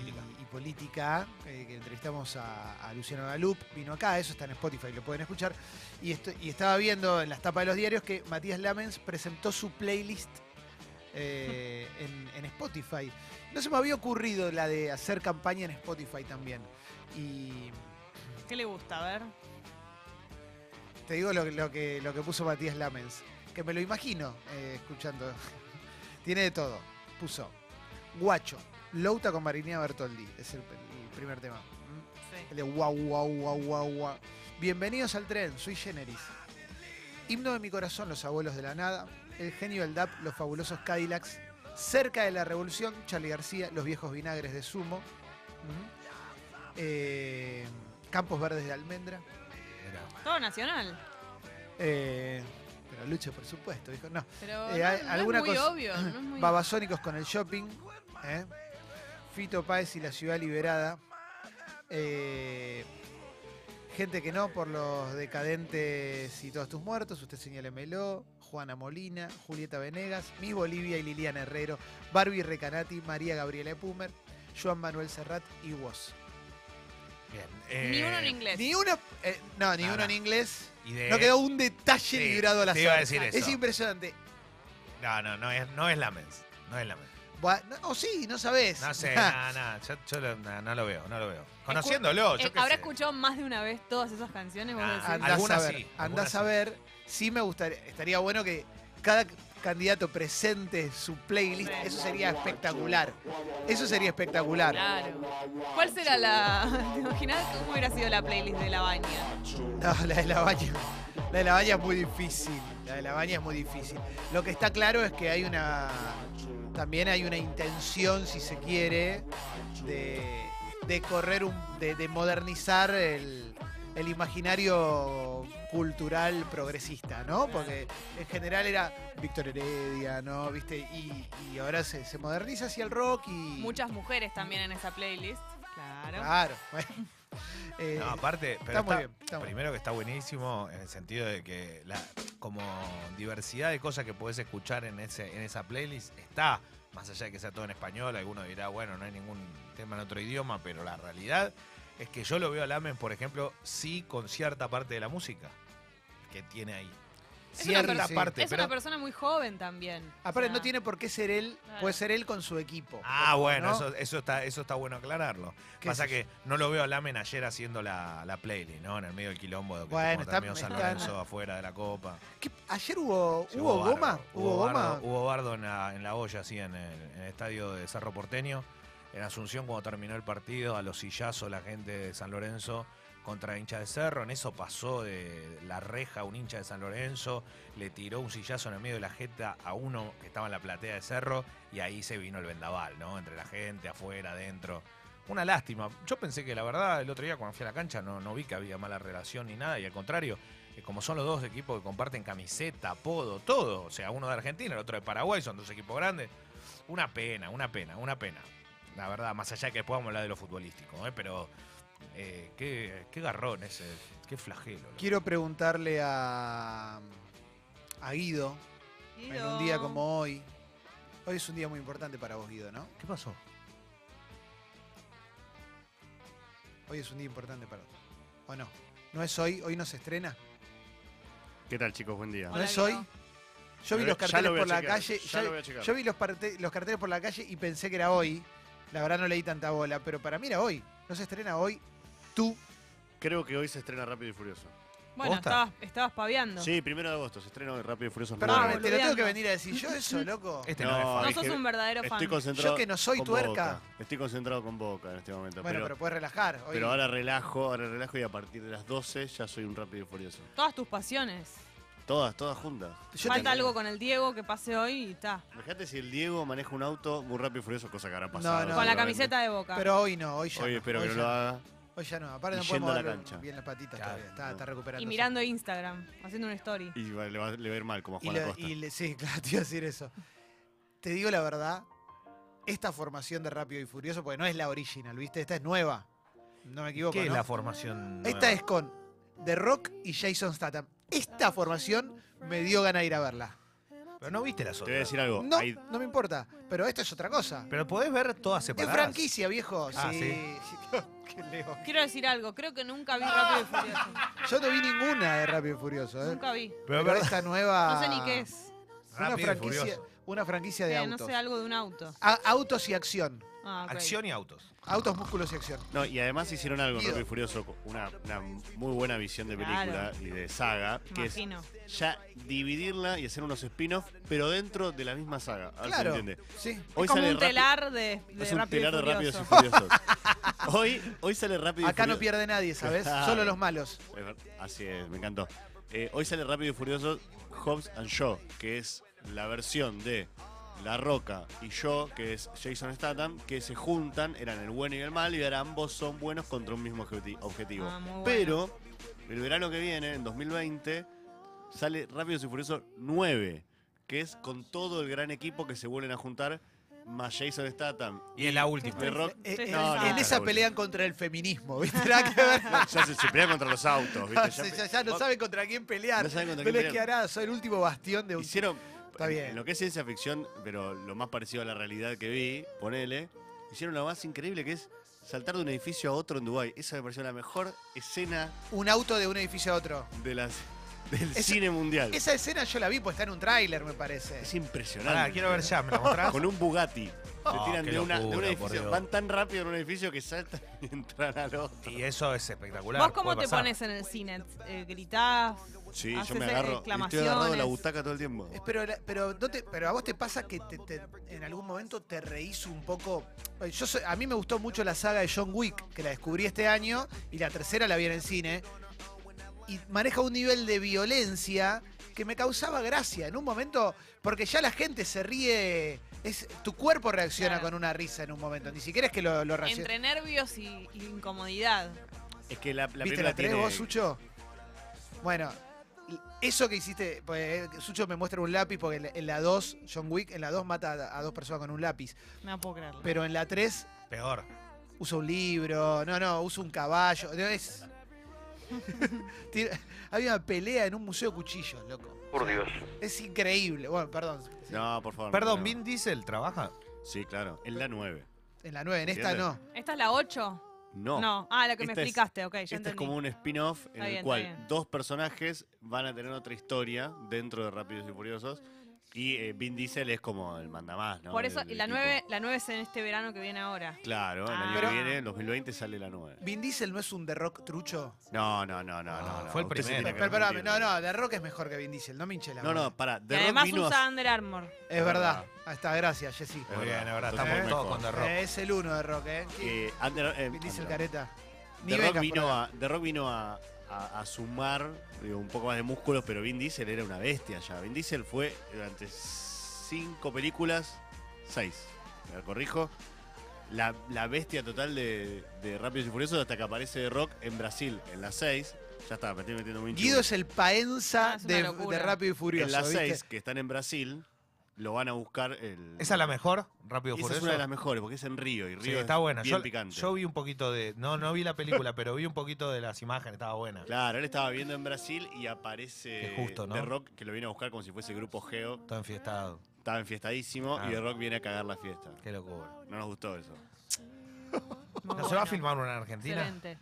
Speaker 1: y, y política, eh, que entrevistamos a, a Luciano Galup, vino acá, eso está en Spotify, lo pueden escuchar. Y, esto- y estaba viendo en las tapas de los diarios que Matías Lamens presentó su playlist eh, en, en Spotify. No se me había ocurrido la de hacer campaña en Spotify también. Y
Speaker 3: ¿Qué le gusta? A ver.
Speaker 1: te digo lo, que- lo que, lo que puso Matías Lamens, que me lo imagino eh, escuchando. Tiene de todo. Puso Guacho, Louta con Marinina Bertoldi, es el, el primer tema. ¿Mm?
Speaker 3: Sí.
Speaker 1: El de guau, guau, guau, guau, guau. Bienvenidos al tren, soy Generis. Himno de mi corazón, los abuelos de la nada. El genio del DAP, los fabulosos Cadillacs. Cerca de la revolución, Charlie García, los viejos vinagres de Sumo. Ujú. Eh, Campos Verdes de Almendra.
Speaker 2: Mirá.
Speaker 3: Todo nacional.
Speaker 1: Eh, pero Lucho, por supuesto, dijo. No.
Speaker 3: Pero
Speaker 1: Eh,
Speaker 3: no-
Speaker 1: hay-
Speaker 3: no,
Speaker 1: alguna
Speaker 3: es muy
Speaker 1: cosa-
Speaker 3: obvio. No es muy...
Speaker 1: Babasónicos con el shopping. ¿eh? Fito Páez y la ciudad liberada. Eh, gente que no, por los decadentes y todos tus muertos. Usted señálemelo. Juana Molina, Julieta Venegas, Miss Bolivia y Liliana Herrero, Barbie Recanati, María Gabriela Epumer, Joan Manuel Serrat y vos.
Speaker 2: Bien.
Speaker 3: Ni uno en
Speaker 2: eh,
Speaker 3: inglés.
Speaker 1: Ni uno, eh, no, ni
Speaker 2: Nada.
Speaker 1: uno en inglés.
Speaker 2: y de-
Speaker 1: No quedó un detalle
Speaker 2: Eh, Sí,
Speaker 1: librado al azar.
Speaker 2: Te iba a decir
Speaker 1: es
Speaker 2: eso.
Speaker 1: impresionante.
Speaker 2: No, no, no es, no es Lamens. No es Lamens.
Speaker 1: Buah, no- O sí, no sabés.
Speaker 2: No sé, nada, nada. Yo, yo lo- nah, no lo veo, no lo veo. Conociéndolo, yo
Speaker 3: Eh,
Speaker 2: qué
Speaker 3: Habrá
Speaker 2: sé.
Speaker 3: escuchado más de una vez todas esas canciones. vos
Speaker 2: Ah,
Speaker 3: decís.
Speaker 1: Andás
Speaker 2: Algunas
Speaker 1: a ver.
Speaker 2: sí,
Speaker 1: andás
Speaker 2: algunas
Speaker 1: a ver. Sí me gustaría, estaría bueno que cada candidato presente su playlist.
Speaker 3: Hombre.
Speaker 1: Eso sería espectacular. Eso sería espectacular.
Speaker 3: Claro. ¿Cuál será la. ¿Te imaginas cómo hubiera sido la playlist de la baña?
Speaker 1: No, la de la baña. La de la baña es muy difícil. La de la baña es muy difícil. Lo que está claro es que hay una. También hay una intención, si se quiere, de, de correr un. de, de modernizar el, el imaginario cultural progresista, ¿no? Porque en general era Víctor Heredia, ¿no? ¿Viste? Y, y ahora se, se moderniza hacia el rock y.
Speaker 3: Muchas mujeres también en esa playlist.
Speaker 4: Ah,
Speaker 3: Claro.
Speaker 1: Claro. bueno. Eh,
Speaker 2: No, aparte, pero
Speaker 1: está muy
Speaker 2: está-
Speaker 1: bien, está muy
Speaker 2: primero que está buenísimo en el sentido de que la como diversidad de cosas que podés escuchar en ese en esa playlist está, más allá de que sea todo en español, alguno dirá, bueno, no hay ningún tema en otro idioma, pero la realidad es que yo lo veo a Lamen, por ejemplo, sí con cierta parte de la música que tiene ahí.
Speaker 3: Es una
Speaker 2: cierta
Speaker 1: per-
Speaker 2: parte.
Speaker 3: Es
Speaker 2: pero-
Speaker 3: una persona muy joven también.
Speaker 1: Aparte,
Speaker 3: O sea,
Speaker 1: Ah, no tiene por qué ser él,
Speaker 3: Claro.
Speaker 1: puede ser él con su equipo.
Speaker 2: Ah, bueno,
Speaker 1: ¿no?
Speaker 2: eso, eso, está, eso está bueno aclararlo.
Speaker 1: ¿Qué
Speaker 2: Pasa
Speaker 1: sé yo?
Speaker 2: que no lo veo a Lamen ayer haciendo la, la playlist, ¿no? En el medio del quilombo de que
Speaker 1: Bueno,
Speaker 2: como
Speaker 1: está-
Speaker 2: terminó San
Speaker 1: está-
Speaker 2: Lorenzo afuera de la copa.
Speaker 1: ¿Qué? ¿Ayer hubo,
Speaker 2: Sí,
Speaker 1: hubo
Speaker 2: bardo,
Speaker 1: goma? ¿Hubo goma?
Speaker 2: Bardo, hubo bardo en la, en la olla, así, en el, en el estadio de Cerro Porteño. En Asunción, cuando terminó el partido, a los sillazos la gente de San Lorenzo contra hincha de Cerro. En eso pasó de la reja un hincha de San Lorenzo, le tiró un sillazo en el medio de la jeta a uno que estaba en la platea de Cerro y ahí se vino el vendaval, ¿no? Entre la gente, afuera, adentro. Una lástima. Yo pensé que la verdad el otro día cuando fui a la cancha no, no vi que había mala relación ni nada y al contrario, eh, como son los dos equipos que comparten camiseta, apodo, todo, o sea, uno de Argentina, el otro de Paraguay, son dos equipos grandes. Una pena, una pena, una pena. La verdad, más allá de que después vamos a hablar de lo futbolístico, ¿eh? pero eh, qué, qué garrón ese, qué flagelo. loco.
Speaker 1: Quiero preguntarle a, a Guido, en un día
Speaker 3: Guido.
Speaker 1: como hoy. Hoy es un día muy importante para vos, Guido, ¿no?
Speaker 2: ¿Qué pasó?
Speaker 1: Hoy es un día importante para vos. ¿O no? ¿No es hoy? ¿Hoy no se estrena?
Speaker 4: ¿Qué tal, chicos? Buen día.
Speaker 1: ¿No
Speaker 3: Hola,
Speaker 1: es
Speaker 3: Guido.
Speaker 1: hoy? Yo vi los
Speaker 4: Ya lo
Speaker 1: carteles
Speaker 4: voy a
Speaker 1: por la
Speaker 4: chequear,
Speaker 1: calle.
Speaker 4: ya
Speaker 1: yo-
Speaker 4: lo voy a chequear.
Speaker 1: yo vi los, parte- los carteles por la calle y pensé que era hoy. La verdad no leí tanta bola, pero para mí era hoy. No se estrena hoy. Tú.
Speaker 4: Creo que hoy se estrena Rápido y Furioso.
Speaker 3: Bueno,
Speaker 2: ¿Posta?
Speaker 3: estabas, estabas paviando.
Speaker 4: Sí, primero de agosto se estrena hoy Rápido y Furioso.
Speaker 1: Perdón,
Speaker 4: nueve.
Speaker 1: te lo tengo que
Speaker 3: boludeando.
Speaker 1: venir a decir yo eso, loco.
Speaker 2: Este no,
Speaker 4: No,
Speaker 2: es fan.
Speaker 3: No
Speaker 4: es
Speaker 3: sos
Speaker 4: que
Speaker 3: un verdadero fan.
Speaker 4: Estoy concentrado.
Speaker 1: Yo que no soy
Speaker 4: con
Speaker 1: tuerca.
Speaker 4: Boca. Estoy concentrado con Boca en este momento.
Speaker 1: Bueno, pero,
Speaker 4: pero,
Speaker 1: puedes relajar. Hoy.
Speaker 4: pero ahora relajo, ahora relajo y a partir de las 12 ya soy un Rápido y Furioso.
Speaker 3: Todas tus pasiones.
Speaker 4: Todas, todas juntas.
Speaker 1: Yo
Speaker 3: Falta
Speaker 1: tengo-
Speaker 3: algo con el Diego que pase hoy y está.
Speaker 4: Fíjate si el Diego maneja un auto muy rápido y furioso, cosa que habrá pasado.
Speaker 1: no,
Speaker 3: con la
Speaker 1: obviamente.
Speaker 4: seguramente.
Speaker 3: camiseta de boca.
Speaker 1: Pero hoy no, hoy ya.
Speaker 4: Hoy
Speaker 1: no,
Speaker 4: espero
Speaker 1: hoy
Speaker 4: que no
Speaker 1: ya
Speaker 4: lo haga.
Speaker 1: Hoy ya no, aparte
Speaker 4: Y
Speaker 1: no
Speaker 4: yendo
Speaker 1: podemos
Speaker 4: a la
Speaker 1: darle
Speaker 4: cancha.
Speaker 1: bien las patitas
Speaker 2: Claro.
Speaker 1: todavía. Está, está recuperando.
Speaker 3: y mirando Instagram, haciendo una story.
Speaker 4: Y va- le, va- le va a ir mal, como a
Speaker 1: Y,
Speaker 4: Juan
Speaker 1: lo-
Speaker 4: Acosta.
Speaker 1: y le- sí, claro, te iba a decir eso. Te digo la verdad, esta formación de Rápido y Furioso, porque no es la original, ¿viste? Esta es nueva. No me equivoco,
Speaker 2: ¿Qué es
Speaker 1: ¿no?
Speaker 2: la formación? nueva?
Speaker 1: Esta es con The Rock y Jason Statham. Esta formación me dio ganas de ir a verla.
Speaker 2: Pero no viste las
Speaker 4: Te voy a
Speaker 2: otras.
Speaker 4: decir algo.
Speaker 1: No,
Speaker 4: Hay-
Speaker 1: no me importa, pero esta es otra cosa.
Speaker 2: Pero podés ver todas
Speaker 1: Es
Speaker 2: separadas.
Speaker 1: franquicia, viejo.
Speaker 2: Ah,
Speaker 1: sí. Qué lejos.
Speaker 3: Quiero decir algo, creo que nunca vi Rápido y Furioso.
Speaker 1: Yo no vi ninguna de Rápido y Furioso, ¿eh?
Speaker 3: Nunca vi.
Speaker 2: Pero,
Speaker 1: Pero
Speaker 2: verdad,
Speaker 1: esta nueva.
Speaker 3: No sé ni qué es.
Speaker 1: Una
Speaker 2: Rápido y
Speaker 1: franquicia,
Speaker 2: Furioso.
Speaker 1: una franquicia Ah, de
Speaker 3: Eh, no
Speaker 1: autos.
Speaker 3: sé, algo de un auto.
Speaker 1: A- autos y acción.
Speaker 3: Ah, ok.
Speaker 2: Acción y autos.
Speaker 1: Autos, músculos y acción.
Speaker 4: no, y además hicieron algo en
Speaker 1: Guido.
Speaker 4: Rápido y Furioso, co- una, una muy buena visión de película y de saga, que es
Speaker 3: Imagino.
Speaker 4: ya dividirla y hacer unos spin-offs, pero dentro de la misma saga. A ver si me
Speaker 1: Claro.
Speaker 4: Ah, entiende.
Speaker 1: Sí.
Speaker 4: Hoy
Speaker 3: es como
Speaker 4: sale
Speaker 3: un
Speaker 4: Rápido-
Speaker 3: telar de, de
Speaker 4: es un
Speaker 3: Rápido
Speaker 4: telar de
Speaker 3: y
Speaker 4: Rápidos
Speaker 3: Furioso.
Speaker 4: y Furiosos. hoy, hoy sale Rápido
Speaker 1: Acá
Speaker 4: y
Speaker 1: no
Speaker 4: Furioso.
Speaker 1: pierde nadie, ¿sabes?
Speaker 4: Claro.
Speaker 1: Solo los malos.
Speaker 4: Es ver- Así es, me encantó. Eh, hoy sale Rápido y Furioso Hobbs and Shaw, que es la versión de La Roca y yo, que es Jason Statham, que se juntan, eran el bueno y el mal, y ahora ambos son buenos contra un mismo objeti- objetivo.
Speaker 3: Ah, muy bueno.
Speaker 4: Pero el verano que viene, en 2020, sale Rápidos y Furiosos 9, que es con todo el gran equipo que se vuelven a juntar, más Jason Statham.
Speaker 2: Y es la última.
Speaker 4: The Rock,
Speaker 1: Eh,
Speaker 3: Sí,
Speaker 1: eh,
Speaker 4: no,
Speaker 1: en
Speaker 4: no,
Speaker 1: esa
Speaker 4: no,
Speaker 1: pelean contra el feminismo, ¿viste? Nada que ver.
Speaker 4: ya se, se pelea contra los autos, ¿viste?
Speaker 1: Ya, ya- ya no sabe contra quién pelear.
Speaker 4: No saben contra quién
Speaker 1: Vélez
Speaker 4: pelear.
Speaker 1: Quiará, soy el último bastión de un.
Speaker 4: Hicieron.
Speaker 1: Está
Speaker 4: en-
Speaker 1: bien.
Speaker 4: En lo que es ciencia ficción, pero lo más parecido a la realidad que vi, ponele, hicieron lo más increíble que es saltar de un edificio a otro en Dubái. Esa me pareció la mejor escena
Speaker 1: Un auto de un edificio a otro.
Speaker 4: de las, del
Speaker 1: Esa-
Speaker 4: cine mundial.
Speaker 1: Esa escena yo la vi, pues está en un tráiler, me parece.
Speaker 4: es impresionante.
Speaker 2: Pará, quiero ver ya, ¿me la mostrás?
Speaker 4: Con un Bugatti.
Speaker 2: Oh,
Speaker 4: se tiran
Speaker 2: qué
Speaker 4: de, una- de
Speaker 2: locura,
Speaker 4: un
Speaker 2: por Dios.
Speaker 4: edificio. Van tan rápido en un edificio que saltan y entran al otro.
Speaker 2: Y eso es espectacular.
Speaker 3: ¿Vos cómo
Speaker 2: puede
Speaker 3: te
Speaker 2: pasar.
Speaker 3: pones en el cine? Eh, ¿Gritás?
Speaker 4: Sí, yo
Speaker 3: Haces
Speaker 4: me agarro. y Estoy agarrado de la
Speaker 3: exclamaciones.
Speaker 4: butaca todo el tiempo.
Speaker 1: Es- Eh, Pero, la- pero, no te- pero a vos te pasa que te- te- en algún momento te reís un poco. Ay, Yo soy- a mí me gustó mucho la saga de John Wick, que la descubrí este año, y la tercera la vi en el cine. Y maneja un nivel de violencia que me causaba gracia. En un momento, porque ya la gente se ríe. Es, tu cuerpo reacciona
Speaker 3: Claro.
Speaker 1: con una risa en un momento. Ni siquiera es que lo, lo racio-
Speaker 3: Entre nervios y, y incomodidad.
Speaker 4: Es que la, la
Speaker 1: ¿Viste
Speaker 4: primera
Speaker 1: la tenés
Speaker 4: tiene-
Speaker 1: vos, Sucho? Bueno, eso que hiciste, pues, Sucho me muestra un lápiz, porque en la- en la 2, John Wick, en la 2 mata a, a dos personas con un lápiz,
Speaker 3: No puedo creerlo.
Speaker 1: pero en la 3
Speaker 2: Peor.
Speaker 1: usa un libro, no, no, usa un caballo, no, es... Tira- Había una pelea en un museo de cuchillos, loco.
Speaker 5: Por Dios.
Speaker 1: Es increíble. Bueno, perdón.
Speaker 4: No, por favor.
Speaker 2: Perdón,
Speaker 4: no.
Speaker 2: ¿Vin Diesel trabaja?
Speaker 4: Sí, claro. En la 9.
Speaker 1: En la 9, en esta
Speaker 4: ¿Entiendes?
Speaker 1: no.
Speaker 3: ¿Esta es la 8?
Speaker 4: No.
Speaker 3: No, ah, la que me
Speaker 4: Esta es-
Speaker 3: explicaste, ok, ya
Speaker 4: Este es
Speaker 3: entendí.
Speaker 4: como un spin-off en
Speaker 3: Está bien,
Speaker 4: el
Speaker 3: está
Speaker 4: cual
Speaker 3: bien.
Speaker 4: dos personajes van a tener otra historia dentro de Rápidos y Furiosos. Y eh, Vin Diesel es como el mandamás, ¿no?
Speaker 3: Por eso,
Speaker 4: Del
Speaker 3: y la
Speaker 4: equipo.
Speaker 3: 9, la 9 es en este verano que viene ahora.
Speaker 4: Claro, el año
Speaker 1: Ah.
Speaker 4: que viene, en 2020, sale la 9.
Speaker 1: Vin Diesel no es un The Rock trucho.
Speaker 4: No, no, no, no, no.
Speaker 2: Ah,
Speaker 4: no.
Speaker 2: fue el
Speaker 4: Usted
Speaker 2: primero.
Speaker 4: se tiene que
Speaker 1: Pero, espérame,
Speaker 4: arrepentir.
Speaker 1: no, no, The Rock es mejor que Vin Diesel, no me hinche la
Speaker 4: No,
Speaker 1: bola.
Speaker 4: no, para.
Speaker 3: Y
Speaker 4: The Rock
Speaker 3: además
Speaker 4: vino a-
Speaker 3: usa Under Armour.
Speaker 1: Es verdad. Ahí está, gracias, Jessy.
Speaker 4: Es
Speaker 2: Muy bien,
Speaker 4: verdad.
Speaker 2: la verdad,
Speaker 4: Entonces
Speaker 2: estamos
Speaker 4: es
Speaker 2: todos
Speaker 4: mejor.
Speaker 2: con The Rock.
Speaker 1: Es el uno de Rock, ¿eh?
Speaker 4: Eh, Under- eh,
Speaker 1: Vin Diesel
Speaker 4: Under-
Speaker 1: careta. Ni
Speaker 4: The Rock,
Speaker 1: vengas por
Speaker 4: vino
Speaker 1: acá.
Speaker 4: a, The Rock vino a, a- a sumar digo, un poco más de músculos, pero Vin Diesel era una bestia ya. Vin Diesel fue durante cinco películas, seis, me corrijo, la, la bestia total de, de Rápidos y Furiosos hasta que aparece The Rock en Brasil, en las seis. Ya está, me estoy metiendo muy en
Speaker 1: Guido
Speaker 4: chubut.
Speaker 1: es el paenza
Speaker 3: Ah, es una
Speaker 1: de,
Speaker 3: locura.
Speaker 1: de Rápido y Furioso.
Speaker 4: En las
Speaker 1: ¿viste?
Speaker 4: seis que están en Brasil, lo van a buscar el...
Speaker 2: ¿Esa es la mejor? Rápido
Speaker 4: Y Esa
Speaker 2: por
Speaker 4: es
Speaker 2: eso.
Speaker 4: una de las mejores, porque es en Río, y Río
Speaker 2: Sí,
Speaker 4: es
Speaker 2: está buena.
Speaker 4: bien
Speaker 2: Yo,
Speaker 4: picante.
Speaker 2: yo vi un poquito de. No, no vi la película, pero vi un poquito de las imágenes, estaba buena.
Speaker 4: Claro, él estaba viendo en Brasil y aparece
Speaker 2: Qué justo, ¿no?
Speaker 4: The Rock, que lo viene a buscar como si fuese Grupo Geo.
Speaker 2: Todo enfiestado.
Speaker 4: Estaba enfiestadísimo
Speaker 2: Ah.
Speaker 4: y The Rock viene a cagar la fiesta.
Speaker 2: Qué locura.
Speaker 4: No nos gustó eso.
Speaker 2: ¿No se va a filmar una en Argentina?
Speaker 3: Ah, Excelente.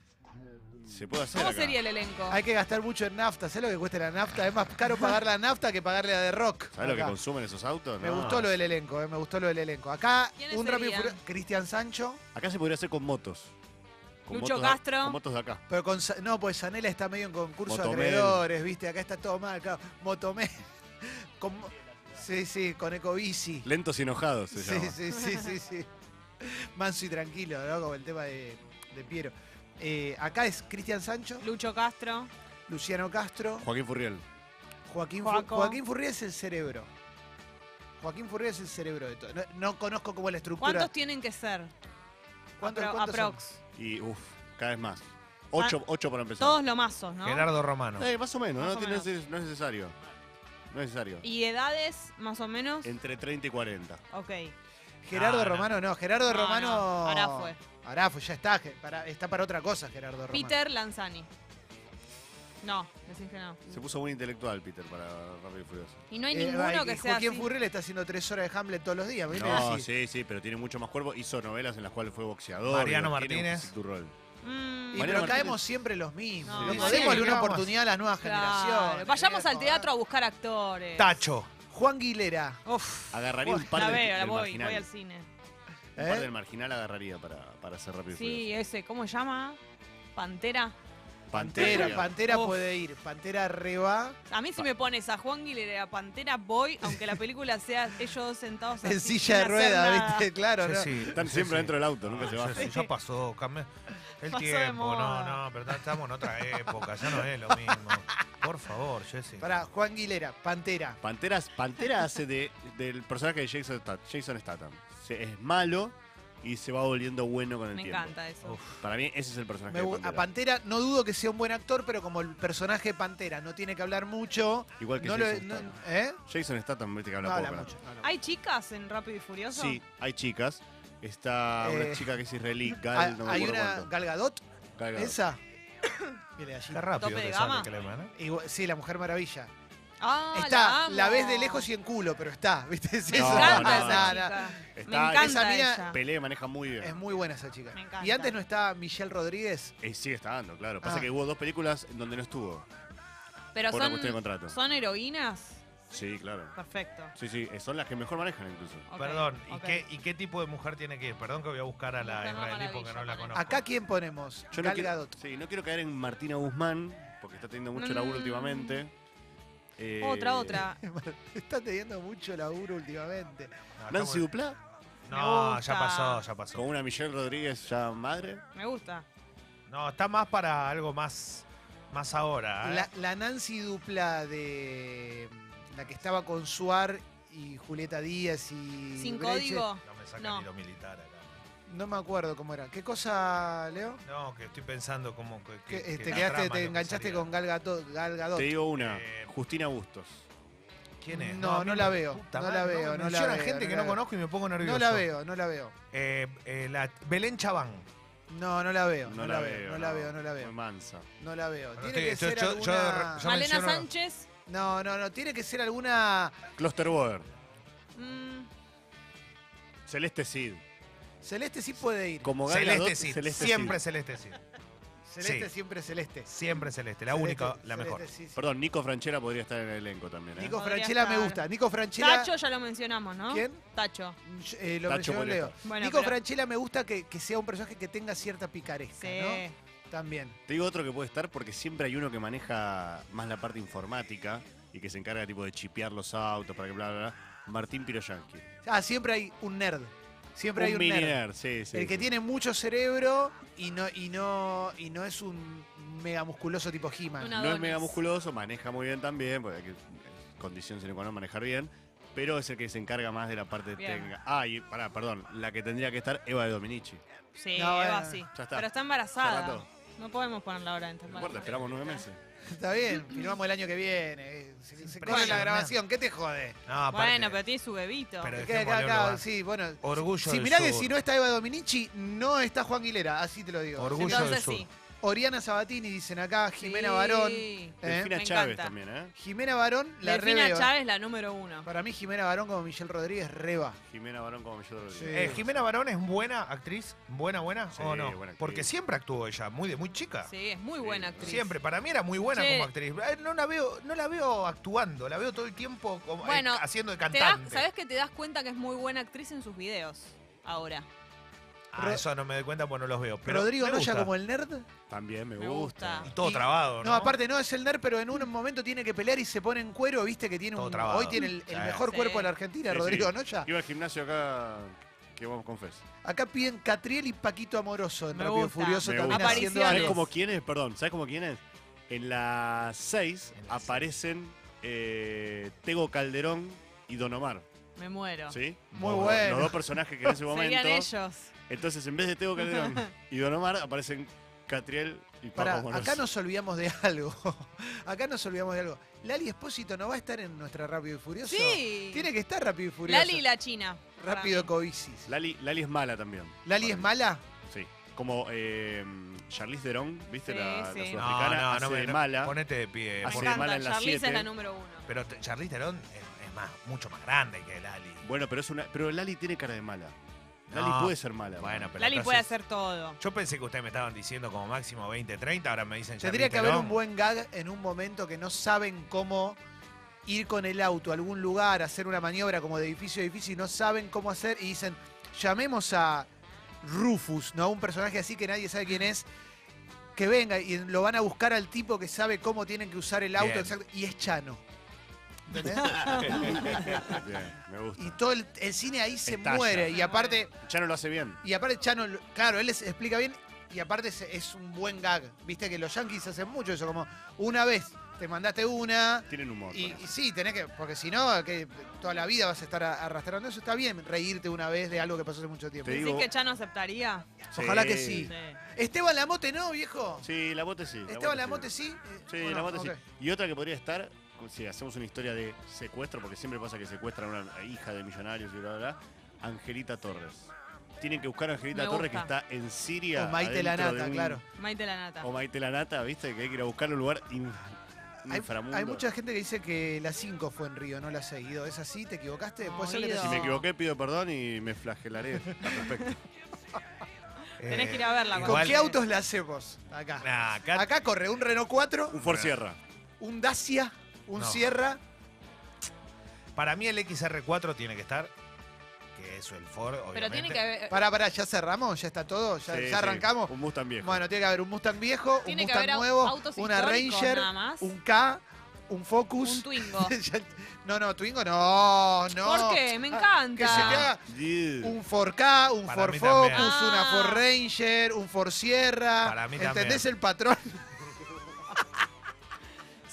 Speaker 4: ¿Se puede hacer
Speaker 3: ¿Cómo
Speaker 4: acá?
Speaker 3: sería el elenco?
Speaker 1: Hay que gastar mucho en nafta. ¿Sabes lo que cuesta la nafta? Es más caro pagar la nafta que pagarle a The Rock.
Speaker 4: ¿Sabes lo que
Speaker 1: Acá.
Speaker 4: consumen esos autos?
Speaker 1: Me
Speaker 4: No.
Speaker 1: gustó lo del elenco, eh, me gustó lo del elenco. Acá,
Speaker 3: ¿Quiénes
Speaker 1: un Rápido y
Speaker 3: serían?
Speaker 1: Furioso. Cristian Sancho.
Speaker 4: Acá se podría hacer con motos.
Speaker 3: Lucho
Speaker 4: motos de-
Speaker 3: Castro.
Speaker 4: con motos de acá.
Speaker 1: Pero con, Sa- no, pues Sanela está medio en concurso
Speaker 4: Motomel.
Speaker 1: de acreedores, ¿viste? Acá está todo mal, claro. Motomé. Con, mo- sí, sí, con Ecobici.
Speaker 4: Lentos y enojados se
Speaker 1: Sí,
Speaker 4: llama.
Speaker 1: sí, sí, sí, sí. Manso y tranquilo, ¿no? Como el tema de, de Piero. Eh, acá es Cristian Sancho,
Speaker 3: Lucho Castro.
Speaker 1: Luciano Castro,
Speaker 4: Joaquín Furriel.
Speaker 1: Joaquín, Fu-
Speaker 3: Joaco.
Speaker 1: Joaquín Furriel es el cerebro. Joaquín Furriel es el cerebro de todo. No, no conozco cómo es la estructura.
Speaker 3: ¿Cuántos tienen que ser?
Speaker 1: ¿Cuántos-
Speaker 3: Apro-
Speaker 1: cuántos son?
Speaker 3: aprox.
Speaker 4: Y uff, cada vez más. Ocho, ocho para empezar.
Speaker 3: Ah, Todos los mazos, ¿no?
Speaker 2: Gerardo Romano.
Speaker 4: Eh, más o menos,
Speaker 3: Más o
Speaker 4: no, tiene-
Speaker 3: menos.
Speaker 4: no es- no es necesario. No es necesario.
Speaker 3: ¿Y edades, más o menos?
Speaker 4: Entre 30 y 40.
Speaker 3: Ok.
Speaker 1: Gerardo
Speaker 2: Ah, no.
Speaker 1: Romano no, Gerardo
Speaker 3: No,
Speaker 1: Romano.
Speaker 3: no, ahora fue.
Speaker 1: Ahora fue, ya está. je- para- está para otra cosa, Gerardo Romano.
Speaker 3: Peter Lanzani. No, decís que no.
Speaker 4: Se puso muy intelectual, Peter, para Rápido y Furioso.
Speaker 3: Y no hay
Speaker 1: Eh,
Speaker 3: ninguno
Speaker 1: ay,
Speaker 3: que
Speaker 1: y
Speaker 3: sea así.
Speaker 1: Joaquín Furriel está haciendo tres horas de Hamlet todos los días. ¿me viene a
Speaker 4: No,
Speaker 1: decir?
Speaker 4: sí, sí, pero tiene mucho más cuerpo. Hizo novelas en las cuales fue boxeador.
Speaker 2: Mariano
Speaker 4: digo, tiene un
Speaker 2: Martínez.
Speaker 4: fisurrol.
Speaker 3: Mm,
Speaker 1: Y
Speaker 4: Mariano
Speaker 1: pero
Speaker 4: Martínez.
Speaker 1: caemos siempre los mismos. No,
Speaker 3: No,
Speaker 4: sí, sí.
Speaker 1: démosle una
Speaker 2: Vamos.
Speaker 1: oportunidad a las nuevas
Speaker 3: claro.
Speaker 1: generaciones.
Speaker 3: Vayamos al
Speaker 1: viejo,
Speaker 3: teatro a
Speaker 1: ¿eh?
Speaker 3: buscar actores.
Speaker 2: Tacho.
Speaker 1: Juan Guilera.
Speaker 3: Uf.
Speaker 4: Agarraría un par
Speaker 3: la
Speaker 4: de
Speaker 3: veo, la
Speaker 4: del
Speaker 3: voy,
Speaker 4: marginal.
Speaker 3: voy al cine.
Speaker 4: Un par
Speaker 1: ¿eh?
Speaker 4: del marginal agarraría para, para hacer rápido. y
Speaker 3: Sí, ese, ¿cómo se llama? Pantera.
Speaker 4: Furioso.
Speaker 1: Pantera, Pantera
Speaker 3: Uf.
Speaker 1: puede ir. Pantera reba
Speaker 3: A mí si me pones a Juan Aguilera Pantera voy, aunque la película sea ellos dos sentados así,
Speaker 1: en silla de
Speaker 3: sin hacer
Speaker 1: rueda,
Speaker 3: nada.
Speaker 1: ¿viste? Claro, ¿no?
Speaker 2: Ceci,
Speaker 4: Están
Speaker 2: Ceci.
Speaker 4: siempre dentro del auto, nunca se
Speaker 2: Ah,
Speaker 4: bajan.
Speaker 2: Ceci, ya pasó, cambia- El
Speaker 3: Pasó de
Speaker 2: tiempo, no,
Speaker 3: moda.
Speaker 2: no, pero estamos en otra época, ya no es lo mismo. Por favor, Jesse.
Speaker 1: Pará, Juan Guilera, Pantera.
Speaker 4: Panteras, Pantera hace de, del personaje de Jason Statham. Jason Statham. Se- es malo y se va volviendo bueno con el
Speaker 3: Me
Speaker 4: tiempo.
Speaker 3: encanta eso.
Speaker 2: Uf.
Speaker 4: Para mí ese es el personaje
Speaker 1: Me
Speaker 4: de
Speaker 1: gu-
Speaker 4: Pantera.
Speaker 1: a Pantera no dudo que sea un buen actor, pero como el personaje de Pantera no tiene que hablar mucho,
Speaker 4: Igual que
Speaker 1: no lo
Speaker 4: Jason
Speaker 1: no-
Speaker 4: Statham.
Speaker 1: ¿eh?
Speaker 4: Jason Statham, viste que habla
Speaker 1: No habla
Speaker 4: poco, ¿no?
Speaker 1: mucho. no habla
Speaker 3: ¿Hay chicas en Rápido y Furioso?
Speaker 4: Sí, hay chicas. Está
Speaker 1: Eh,
Speaker 4: una chica que es israelí,
Speaker 1: mucho.
Speaker 4: Gal, Ah, no me
Speaker 1: hay
Speaker 4: acuerdo
Speaker 1: una
Speaker 4: cuánto.
Speaker 1: Gal Gadot,
Speaker 4: Gal Gadot.
Speaker 1: esa. Viene de allí.
Speaker 2: Está rápido
Speaker 3: ¿Tope de
Speaker 2: que
Speaker 3: gama?
Speaker 2: sale ¿eh? que la hermana.
Speaker 1: Igual- sí, la Mujer Maravilla.
Speaker 3: Ah,
Speaker 1: está,
Speaker 3: amo.
Speaker 1: la, ves de lejos y en culo, pero está, ¿viste? Es
Speaker 3: Me
Speaker 1: eso.
Speaker 3: encanta
Speaker 4: No,
Speaker 3: esa
Speaker 4: no,
Speaker 3: chica.
Speaker 4: Está-
Speaker 3: Me encanta
Speaker 1: esa mina-
Speaker 3: ella.
Speaker 4: Pelé maneja muy bien.
Speaker 1: Es muy buena esa chica.
Speaker 3: Me encanta.
Speaker 1: Y antes no estaba Michelle Rodríguez.
Speaker 4: Eh, sigue estando, claro. Pasa
Speaker 1: Ah.
Speaker 4: que hubo dos películas en donde no estuvo.
Speaker 3: Pero
Speaker 4: por una cuestión de
Speaker 3: son,
Speaker 4: contrato.
Speaker 3: son heroínas.
Speaker 4: Sí, claro.
Speaker 3: Perfecto.
Speaker 4: Sí, sí, eh, son las que mejor manejan incluso.
Speaker 3: Ok,
Speaker 2: Perdón, ¿y
Speaker 3: ok.
Speaker 2: qué, ¿y qué tipo de mujer tiene que ir? Perdón que voy a buscar a la
Speaker 3: Mujer no
Speaker 2: israelí porque
Speaker 3: maravilla,
Speaker 2: no la
Speaker 3: ponele.
Speaker 2: conozco.
Speaker 1: ¿Acá quién ponemos?
Speaker 4: Yo no
Speaker 1: Gal
Speaker 4: quiero,
Speaker 1: Gadot.
Speaker 4: sí, no quiero caer en Martina Guzmán, porque está teniendo mucho
Speaker 3: Mm.
Speaker 4: laburo últimamente. Eh,
Speaker 3: Otra, otra.
Speaker 1: Está teniendo mucho laburo últimamente.
Speaker 2: No, está
Speaker 4: Nancy
Speaker 2: muy-
Speaker 4: Duplá,
Speaker 2: No,
Speaker 3: Me
Speaker 2: ya
Speaker 3: gusta.
Speaker 2: pasó, ya
Speaker 4: con
Speaker 2: pasó.
Speaker 4: una Michelle Rodríguez ya madre.
Speaker 3: Me gusta.
Speaker 2: No, está más para algo más, más ahora. ¿eh?
Speaker 1: La, la Nancy dupla de mm, la que estaba con Suar y Julieta Díaz y.
Speaker 3: Sin
Speaker 1: Breche.
Speaker 3: código.
Speaker 2: No me sacan
Speaker 3: No.
Speaker 2: ni lo militar acá.
Speaker 1: No me acuerdo cómo era. ¿Qué cosa, Leo?
Speaker 2: No, que estoy pensando como que.
Speaker 1: Que,
Speaker 2: que- que
Speaker 1: eh, te
Speaker 2: la
Speaker 1: quedaste,
Speaker 2: trama,
Speaker 1: te
Speaker 2: lo que
Speaker 1: enganchaste
Speaker 2: sería.
Speaker 1: con Gal Gadot. Gal Gadot.
Speaker 4: Te digo una,
Speaker 2: Eh,
Speaker 4: Justina Bustos.
Speaker 2: ¿Quién es?
Speaker 1: No,
Speaker 2: a mí
Speaker 1: no la
Speaker 2: me-
Speaker 1: veo,
Speaker 2: puta
Speaker 1: no
Speaker 2: madre,
Speaker 1: la veo, no la
Speaker 2: mencionan
Speaker 1: veo,
Speaker 2: gente
Speaker 1: no
Speaker 2: que
Speaker 1: la
Speaker 2: no
Speaker 1: veo.
Speaker 2: conozco y me pongo nervioso.
Speaker 1: no la veo, no la veo.
Speaker 2: Eh, eh, la, Belén Chabán.
Speaker 1: No, no la veo.
Speaker 4: No, la veo,
Speaker 1: No la veo, no la
Speaker 4: Muy
Speaker 1: veo.
Speaker 4: mansa.
Speaker 1: No la veo.
Speaker 2: Bueno,
Speaker 1: Tiene
Speaker 2: estoy-
Speaker 1: que
Speaker 2: estoy-
Speaker 1: ser
Speaker 2: yo- yo
Speaker 1: alguna.
Speaker 2: re- yo-
Speaker 3: Malena
Speaker 2: menciono-
Speaker 3: Sánchez.
Speaker 1: No, no, no. Tiene que ser alguna.
Speaker 4: Clusterboer,
Speaker 3: mm,
Speaker 4: Celeste Cid.
Speaker 1: Celeste sí puede ir.
Speaker 4: Como Gal
Speaker 2: Celeste
Speaker 4: Gadot,
Speaker 2: sí,
Speaker 4: Celeste
Speaker 2: siempre
Speaker 4: sí.
Speaker 2: celeste sí.
Speaker 1: Celeste
Speaker 2: Sí.
Speaker 1: siempre celeste.
Speaker 2: Siempre celeste, la
Speaker 1: Celeste,
Speaker 2: única, la
Speaker 1: Celeste,
Speaker 2: mejor.
Speaker 1: sí, sí.
Speaker 4: Perdón, Nico Franchera podría estar en el elenco también. ¿eh?
Speaker 1: Nico
Speaker 3: Podría
Speaker 1: Franchella me
Speaker 3: estar.
Speaker 1: gusta. Nico Franchella.
Speaker 3: Tacho ya lo mencionamos, ¿no?
Speaker 1: ¿Quién?
Speaker 3: Tacho.
Speaker 1: Yo, eh, lo
Speaker 4: Tacho
Speaker 1: mencionó
Speaker 4: podría
Speaker 1: Leo.
Speaker 4: estar.
Speaker 3: Bueno,
Speaker 1: Nico
Speaker 3: pero-
Speaker 1: Franchella me gusta que, que sea un personaje que tenga cierta picaresca,
Speaker 3: Sí.
Speaker 1: ¿no? También.
Speaker 4: Te digo otro que puede estar porque siempre hay uno que maneja más la parte informática y que se encarga tipo de chipear los autos para que bla bla bla. Martín Piroyanqui.
Speaker 1: Ah, siempre hay un nerd. Siempre hay
Speaker 4: un
Speaker 1: un
Speaker 4: mini
Speaker 1: nerd.
Speaker 4: nerd, sí, sí.
Speaker 1: el que
Speaker 4: sí.
Speaker 1: tiene mucho cerebro y no, y no, y no es un mega musculoso tipo He-Man.
Speaker 3: Una-
Speaker 4: No es
Speaker 3: Adonis.
Speaker 4: mega musculoso, maneja muy bien también, porque hay que- es condición sine qua non manejar bien, pero es el que se encarga más de la parte
Speaker 3: Bien.
Speaker 4: técnica. Ah, y pará, perdón, la que tendría que estar Eva de Dominici.
Speaker 3: Sí,
Speaker 1: No,
Speaker 3: Eva
Speaker 1: bueno,
Speaker 3: sí.
Speaker 4: ya está.
Speaker 3: Pero está
Speaker 4: Se
Speaker 3: embarazada.
Speaker 4: rató.
Speaker 3: No podemos ponerla ahora en esta
Speaker 4: No importa, esperamos nueve meses.
Speaker 3: Eh,
Speaker 1: Está bien, firmamos el año que viene. eh, Se, se corre la
Speaker 2: impresionante.
Speaker 1: grabación, ¿qué te jode?
Speaker 2: No, aparte,
Speaker 3: Bueno, pero tiene su bebito.
Speaker 2: Pero
Speaker 1: Se queda acá,
Speaker 2: dejémosle un
Speaker 1: acá,
Speaker 2: lugar.
Speaker 1: sí, bueno. Si
Speaker 2: orgullo del
Speaker 1: mirá que
Speaker 2: sur.
Speaker 1: si no está Eva Dominici, no está Juan Aguilera, así te lo digo.
Speaker 2: Orgullo del
Speaker 3: Entonces
Speaker 2: sur.
Speaker 3: sí.
Speaker 1: Oriana Sabatini, dicen acá, Jimena
Speaker 3: Sí.
Speaker 1: Barón. ¿eh?
Speaker 4: Delfina
Speaker 3: me
Speaker 4: Chávez
Speaker 3: encanta.
Speaker 4: también, ¿eh?
Speaker 1: Jimena Barón, la
Speaker 3: Delfina
Speaker 1: reveo. ¿eh?
Speaker 3: Chávez, la número uno.
Speaker 1: Para mí Jimena Barón como Michelle Rodríguez reba.
Speaker 4: Jimena Barón como yo lo
Speaker 1: Sí.
Speaker 4: digo.
Speaker 2: Eh, Jimena Barón es buena actriz, buena, buena
Speaker 4: Sí,
Speaker 2: o no?
Speaker 4: buena actriz.
Speaker 2: Porque siempre actuó ella, muy de muy chica.
Speaker 3: Sí, es muy
Speaker 4: Sí,
Speaker 3: buena
Speaker 4: sí.
Speaker 3: actriz.
Speaker 2: Siempre, para mí era muy buena
Speaker 3: Sí.
Speaker 2: como actriz. Eh, No la veo, no la veo actuando, la veo todo el tiempo como, eh,
Speaker 3: Bueno,
Speaker 2: haciendo de
Speaker 3: Te das-
Speaker 2: cantante.
Speaker 3: ¿Sabes que te das cuenta que es muy buena actriz en sus videos? Ahora.
Speaker 2: Ah,
Speaker 1: Ro-
Speaker 2: eso no me doy cuenta porque no los veo. Pero
Speaker 1: Rodrigo
Speaker 2: me
Speaker 1: Noya
Speaker 2: gusta.
Speaker 1: como el nerd.
Speaker 4: También me,
Speaker 3: Me
Speaker 4: gusta.
Speaker 3: gusta.
Speaker 2: Y todo
Speaker 1: Y-
Speaker 2: trabado,
Speaker 1: No,
Speaker 2: ¿no?
Speaker 1: aparte no es el nerd, pero en un momento tiene que pelear y se pone en cuero, viste que tiene
Speaker 2: Todo
Speaker 1: un...
Speaker 2: trabado.
Speaker 1: Hoy tiene el, el
Speaker 2: Sí.
Speaker 1: mejor
Speaker 3: Sí.
Speaker 1: cuerpo de la Argentina,
Speaker 4: Sí,
Speaker 1: Rodrigo
Speaker 4: sí.
Speaker 1: Noya.
Speaker 4: Iba al gimnasio acá, que vamos con Fez.
Speaker 1: Acá piden Catriel y Paquito Amoroso en
Speaker 3: Me
Speaker 1: Rápido y
Speaker 3: gusta.
Speaker 1: Furioso
Speaker 4: Me
Speaker 1: también
Speaker 4: gusta.
Speaker 1: haciendo
Speaker 3: Apariciones.
Speaker 4: ¿Sabes
Speaker 1: algo.
Speaker 4: como quién es? Perdón, ¿sabes como quién es? En las seis
Speaker 2: En las
Speaker 4: aparecen eh, Tego Calderón y Don Omar,
Speaker 3: Me muero.
Speaker 4: ¿sí?
Speaker 1: Ah. Muy
Speaker 4: Los-
Speaker 1: bueno.
Speaker 4: Los dos personajes que en ese
Speaker 3: Serían
Speaker 4: momento...
Speaker 3: ellos.
Speaker 4: Entonces, en vez de Tego Calderón y Don Omar, aparecen Catriel y Paco
Speaker 1: Pará,
Speaker 4: Amoroso.
Speaker 1: acá nos olvidamos de algo. acá nos olvidamos de algo. Lali Espósito no va a estar en nuestra Rápido y Furioso.
Speaker 3: Sí.
Speaker 1: Tiene que estar Rápido y Furioso.
Speaker 3: Lali y la China. para
Speaker 1: Rápido
Speaker 3: mí.
Speaker 1: Covicis.
Speaker 4: Lali, Lali es mala también.
Speaker 1: ¿Lali es mala?
Speaker 4: Sí. Como eh, Charlize Theron, ¿viste?
Speaker 3: Sí,
Speaker 4: la,
Speaker 3: sí.
Speaker 4: la
Speaker 2: No,
Speaker 4: sudafricana
Speaker 2: no,
Speaker 4: hace
Speaker 2: no me-
Speaker 4: de
Speaker 2: no,
Speaker 4: mala.
Speaker 2: Ponete de pie.
Speaker 3: Me
Speaker 4: Hace
Speaker 2: por-
Speaker 4: de
Speaker 3: encanta,
Speaker 4: mala en la
Speaker 3: Charlize es
Speaker 4: siete.
Speaker 3: la número uno.
Speaker 2: Pero t- Charlize Theron es, es más, mucho más grande que Lali.
Speaker 4: Bueno, pero es una. Pero Lali tiene cara de mala. Lali
Speaker 2: No.
Speaker 4: puede ser mala.
Speaker 2: Bueno, pero
Speaker 3: Lali
Speaker 2: entonces-
Speaker 3: puede hacer todo.
Speaker 2: Yo pensé que ustedes me estaban diciendo como máximo 20, 30, ahora me dicen
Speaker 1: Tendría
Speaker 2: Charlize
Speaker 1: que haber
Speaker 2: Theron.
Speaker 1: un buen gag en un momento que no saben cómo ir con el auto a algún lugar, hacer una maniobra como de edificio a edificio y no saben cómo hacer y dicen, llamemos a Rufus, ¿no? Un personaje así que nadie sabe quién es, que venga y lo van a buscar al tipo que sabe cómo tienen que usar el auto
Speaker 2: Bien.
Speaker 1: exacto, y es Chano. ¿Entendés?
Speaker 4: Bien, me gusta.
Speaker 1: y todo el, el cine ahí se
Speaker 4: Estalla.
Speaker 1: muere y aparte...
Speaker 4: Ya no lo hace bien.
Speaker 1: Y aparte Chano, lo- claro, él les explica bien y aparte es, es un buen gag. Viste que los yankees hacen mucho eso, como una vez te mandaste una
Speaker 4: Tienen humor.
Speaker 1: y,
Speaker 4: con eso.
Speaker 1: y sí, tenés que, porque si no, que toda la vida vas a estar a- arrastrando eso. Está bien reírte una vez de algo que pasó hace mucho tiempo.
Speaker 4: Te
Speaker 3: ¿Decís
Speaker 4: digo-
Speaker 3: que Chano aceptaría?
Speaker 1: Ojalá que sí.
Speaker 3: Sí.
Speaker 1: Esteban Lamote no, viejo.
Speaker 4: Sí, la bote sí. la
Speaker 1: Esteban
Speaker 4: Bote
Speaker 1: Lamote
Speaker 4: sí.
Speaker 1: sí. eh,
Speaker 4: Sí,
Speaker 1: bueno,
Speaker 4: la bote
Speaker 1: ok.
Speaker 4: sí. Y otra que podría estar, si hacemos una historia de secuestro, porque siempre pasa que secuestran a una hija de millonarios y bla, bla, bla. Angelita Torres. Tienen que buscar a Angelita
Speaker 3: Me
Speaker 4: Torres
Speaker 3: gusta.
Speaker 4: que está en Siria.
Speaker 1: O Maite
Speaker 4: adentro
Speaker 1: Lanata,
Speaker 4: de un-
Speaker 1: claro.
Speaker 3: Maite la nata.
Speaker 4: O Maite Lanata, viste, que hay que ir a buscar un lugar in-
Speaker 1: Hay,
Speaker 4: inframundo.
Speaker 1: hay mucha gente que dice que la 5 fue en Río, no la 6. Guido, ¿Es así? ¿Te equivocaste?
Speaker 3: No,
Speaker 1: ¿Puede ser que te-
Speaker 3: Guido.
Speaker 4: Si me equivoqué, pido perdón y me flagelaré al respecto.
Speaker 3: Tenés que ir a verla,
Speaker 2: Eh, igual-
Speaker 1: ¿Con
Speaker 3: Igual-
Speaker 1: qué autos la hacemos? Acá.
Speaker 2: Nah, acá-
Speaker 1: Acá corre un Renault 4.
Speaker 4: Un Ford Sierra.
Speaker 1: un Dacia, un
Speaker 2: No.
Speaker 1: Sierra.
Speaker 2: Para mí el XR4 tiene que estar, que es el Ford, obviamente.
Speaker 3: Pero tiene que haber,
Speaker 1: Pará, pará, ya cerramos, ya está todo, ya,
Speaker 4: Sí,
Speaker 1: ya
Speaker 4: sí,
Speaker 1: arrancamos.
Speaker 4: Un Mustang viejo.
Speaker 1: Bueno, tiene que haber un Mustang viejo, un
Speaker 3: tiene que
Speaker 1: Mustang
Speaker 3: haber au-
Speaker 1: nuevo,
Speaker 3: autos
Speaker 1: una
Speaker 3: históricos
Speaker 1: Ranger,
Speaker 3: nada más.
Speaker 1: un K, un
Speaker 3: Un
Speaker 1: Focus.
Speaker 3: Twingo.
Speaker 1: Ya- no, no, Twingo no, no. Ah,
Speaker 3: ¿Por qué? Me encanta.
Speaker 1: Que se te haga
Speaker 4: Yeah.
Speaker 1: un 4K, un
Speaker 2: Para
Speaker 1: Ford
Speaker 2: mí
Speaker 1: Focus,
Speaker 2: también.
Speaker 1: una
Speaker 3: Ah.
Speaker 1: Ford Ranger, un Ford Sierra.
Speaker 2: Para mí también.
Speaker 1: ¿Entendés el patrón?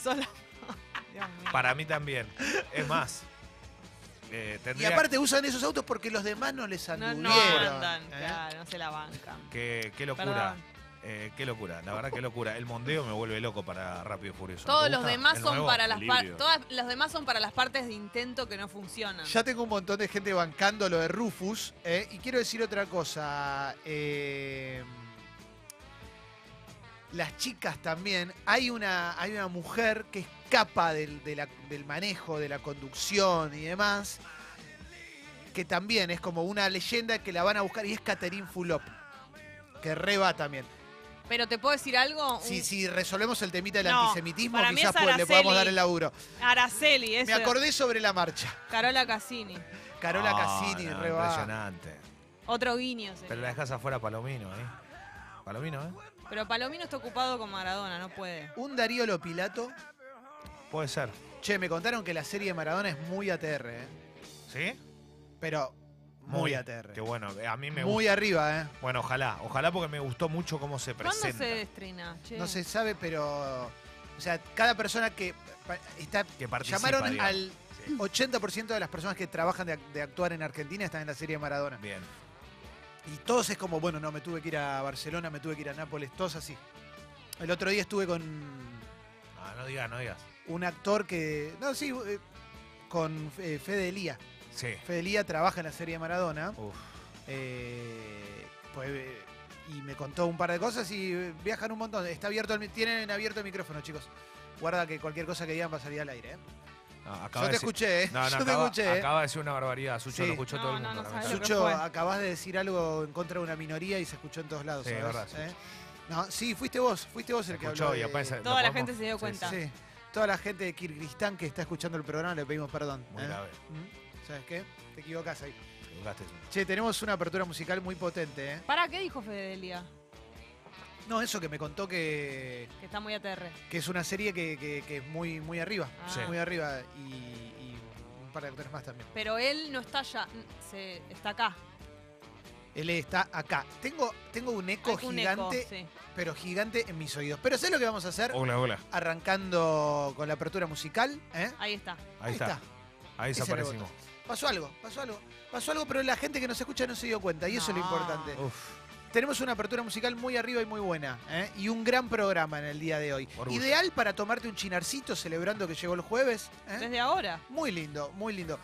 Speaker 3: Solo- Dios mío.
Speaker 2: Para mí también. Es más. eh,
Speaker 1: Y
Speaker 2: tendría
Speaker 1: aparte usan esos autos porque los demás no les
Speaker 3: No,
Speaker 1: anduvieron.
Speaker 3: no andan,
Speaker 1: ¿eh?
Speaker 3: claro, no se la bancan.
Speaker 2: que, qué locura.
Speaker 3: Perdón.
Speaker 2: Eh, qué locura, la verdad qué locura. El mondeo me vuelve loco para Rápido y Furioso. ¿No
Speaker 3: Todos
Speaker 2: te
Speaker 3: los
Speaker 2: gusta?
Speaker 3: demás
Speaker 2: ¿El
Speaker 3: son
Speaker 2: nuevo?
Speaker 3: para las par-
Speaker 4: Limpio.
Speaker 3: todas los demás son para las partes de intento que no funcionan.
Speaker 1: Ya tengo un montón de gente bancando lo de Rufus. eh, y quiero decir otra cosa. eh, las chicas también. Hay una, hay una mujer que escapa del, de la- del manejo, de la conducción y demás. que también es como una leyenda que la van a buscar y es Catherine Fulop. Que reba también.
Speaker 3: Pero te puedo decir algo.
Speaker 1: Si,
Speaker 3: Un-
Speaker 1: si resolvemos el temita del
Speaker 3: No,
Speaker 1: antisemitismo,
Speaker 3: para mí
Speaker 1: quizás
Speaker 3: es
Speaker 1: pues, le podamos
Speaker 3: Araceli.
Speaker 1: dar el laburo.
Speaker 3: Araceli, es
Speaker 1: Me acordé sobre la marcha.
Speaker 3: Carola Cassini.
Speaker 1: Carola
Speaker 2: No,
Speaker 1: Cassini,
Speaker 2: Ah, no,
Speaker 1: reba.
Speaker 2: Impresionante.
Speaker 3: Otro guiño. sería.
Speaker 2: Pero la dejas afuera a Palomino, ¿eh? Palomino, ¿eh?
Speaker 3: Pero Palomino está ocupado con Maradona, no puede.
Speaker 1: Un Darío Lopilato.
Speaker 2: Puede ser.
Speaker 1: Che, me contaron que la serie de Maradona es muy ATR, ¿eh?
Speaker 2: ¿Sí?
Speaker 1: Pero muy, ATR.
Speaker 2: Qué bueno. A mí me
Speaker 1: muy arriba, ¿eh?
Speaker 2: gusta. Bueno, ojalá. Ojalá porque me gustó mucho cómo se
Speaker 3: ¿Cuándo
Speaker 2: presenta.
Speaker 3: se destrina? Che.
Speaker 1: No se sabe, pero. O sea, cada persona que pa- está.
Speaker 2: Que participa,
Speaker 1: Llamaron
Speaker 2: digamos.
Speaker 1: al 80% de las personas que trabajan de, ac- de actuar en Argentina están en la serie de Maradona.
Speaker 2: Bien.
Speaker 1: Y todos es como, bueno, no, me tuve que ir a Barcelona, me tuve que ir a Nápoles, todos así. El otro día estuve con
Speaker 2: Ah, No, no digas, no digas.
Speaker 1: un actor que. No, sí, eh, con eh, Fede Elía.
Speaker 2: Sí.
Speaker 1: Fede Elía trabaja en la serie de Maradona.
Speaker 2: Uf.
Speaker 1: Eh, pues, eh, y me contó un par de cosas y eh, viajan un montón. Está abierto el mi- tienen abierto el micrófono, chicos. Guarda que cualquier cosa que digan va a salir al aire. ¿eh?
Speaker 2: No,
Speaker 1: Yo
Speaker 2: acaba
Speaker 1: te
Speaker 2: de decir-
Speaker 1: escuché, ¿eh?
Speaker 2: No, no,
Speaker 1: Yo te
Speaker 2: acaba,
Speaker 1: escuché. ¿eh?
Speaker 2: acaba de decir una barbaridad. Sucho
Speaker 1: Sí.
Speaker 2: lo escuchó
Speaker 3: No,
Speaker 2: todo el
Speaker 3: no,
Speaker 2: mundo.
Speaker 3: Ah, no
Speaker 2: lamentablemente.
Speaker 3: sabes lo que
Speaker 1: Sucho,
Speaker 3: fue.
Speaker 1: acabas de decir algo en contra de una minoría y se escuchó en todos lados.
Speaker 2: Sí, es
Speaker 1: ¿sabes?
Speaker 2: verdad,
Speaker 1: ¿Eh? No, sí, fuiste vos, fuiste vos
Speaker 2: Se
Speaker 1: el que
Speaker 2: escuchó
Speaker 1: habló
Speaker 2: y
Speaker 1: de-
Speaker 2: aparece- lo
Speaker 3: Toda la
Speaker 2: podemos-
Speaker 3: gente se dio
Speaker 2: sí,
Speaker 3: cuenta.
Speaker 1: Sí. Toda la gente de Kirguistán que está escuchando el programa le pedimos perdón.
Speaker 2: Muy
Speaker 1: ¿eh?
Speaker 2: grave.
Speaker 1: ¿Mm? ¿Sabes qué? Te equivocas ahí.
Speaker 2: sí, te equivocaste, Sucho.
Speaker 1: Che, tenemos una apertura musical muy potente, ¿eh?
Speaker 3: ¿Para qué dijo Fedelia?
Speaker 1: No, eso que me contó que
Speaker 3: Que está muy ATR.
Speaker 1: que es una serie que, que- que es muy, muy arriba.
Speaker 3: Ah.
Speaker 2: Sí.
Speaker 1: Muy arriba. Y, y un par de actores más también.
Speaker 3: Pero él no está allá, se, está acá.
Speaker 1: Él está acá. Tengo, tengo un eco
Speaker 3: Hay un eco,
Speaker 1: gigante,
Speaker 3: sí.
Speaker 1: pero gigante en mis oídos. Pero sé lo que vamos a hacer
Speaker 2: Hola, hola.
Speaker 1: arrancando con la apertura musical. ¿eh?
Speaker 3: Ahí está.
Speaker 2: Ahí está. Ahí
Speaker 1: Ese
Speaker 2: desaparecimos.
Speaker 1: Pasó algo, pasó algo. Pasó algo, pero la gente que nos escucha no se dio cuenta. Y eso es lo
Speaker 3: No.
Speaker 1: importante.
Speaker 2: Uf.
Speaker 1: Tenemos una apertura musical muy arriba y muy buena. ¿eh? Y un gran programa en el día de hoy.
Speaker 2: Orgullo.
Speaker 1: Ideal para tomarte un chinarcito celebrando que llegó el jueves. ¿eh?
Speaker 3: Desde ahora.
Speaker 1: Muy lindo, muy lindo.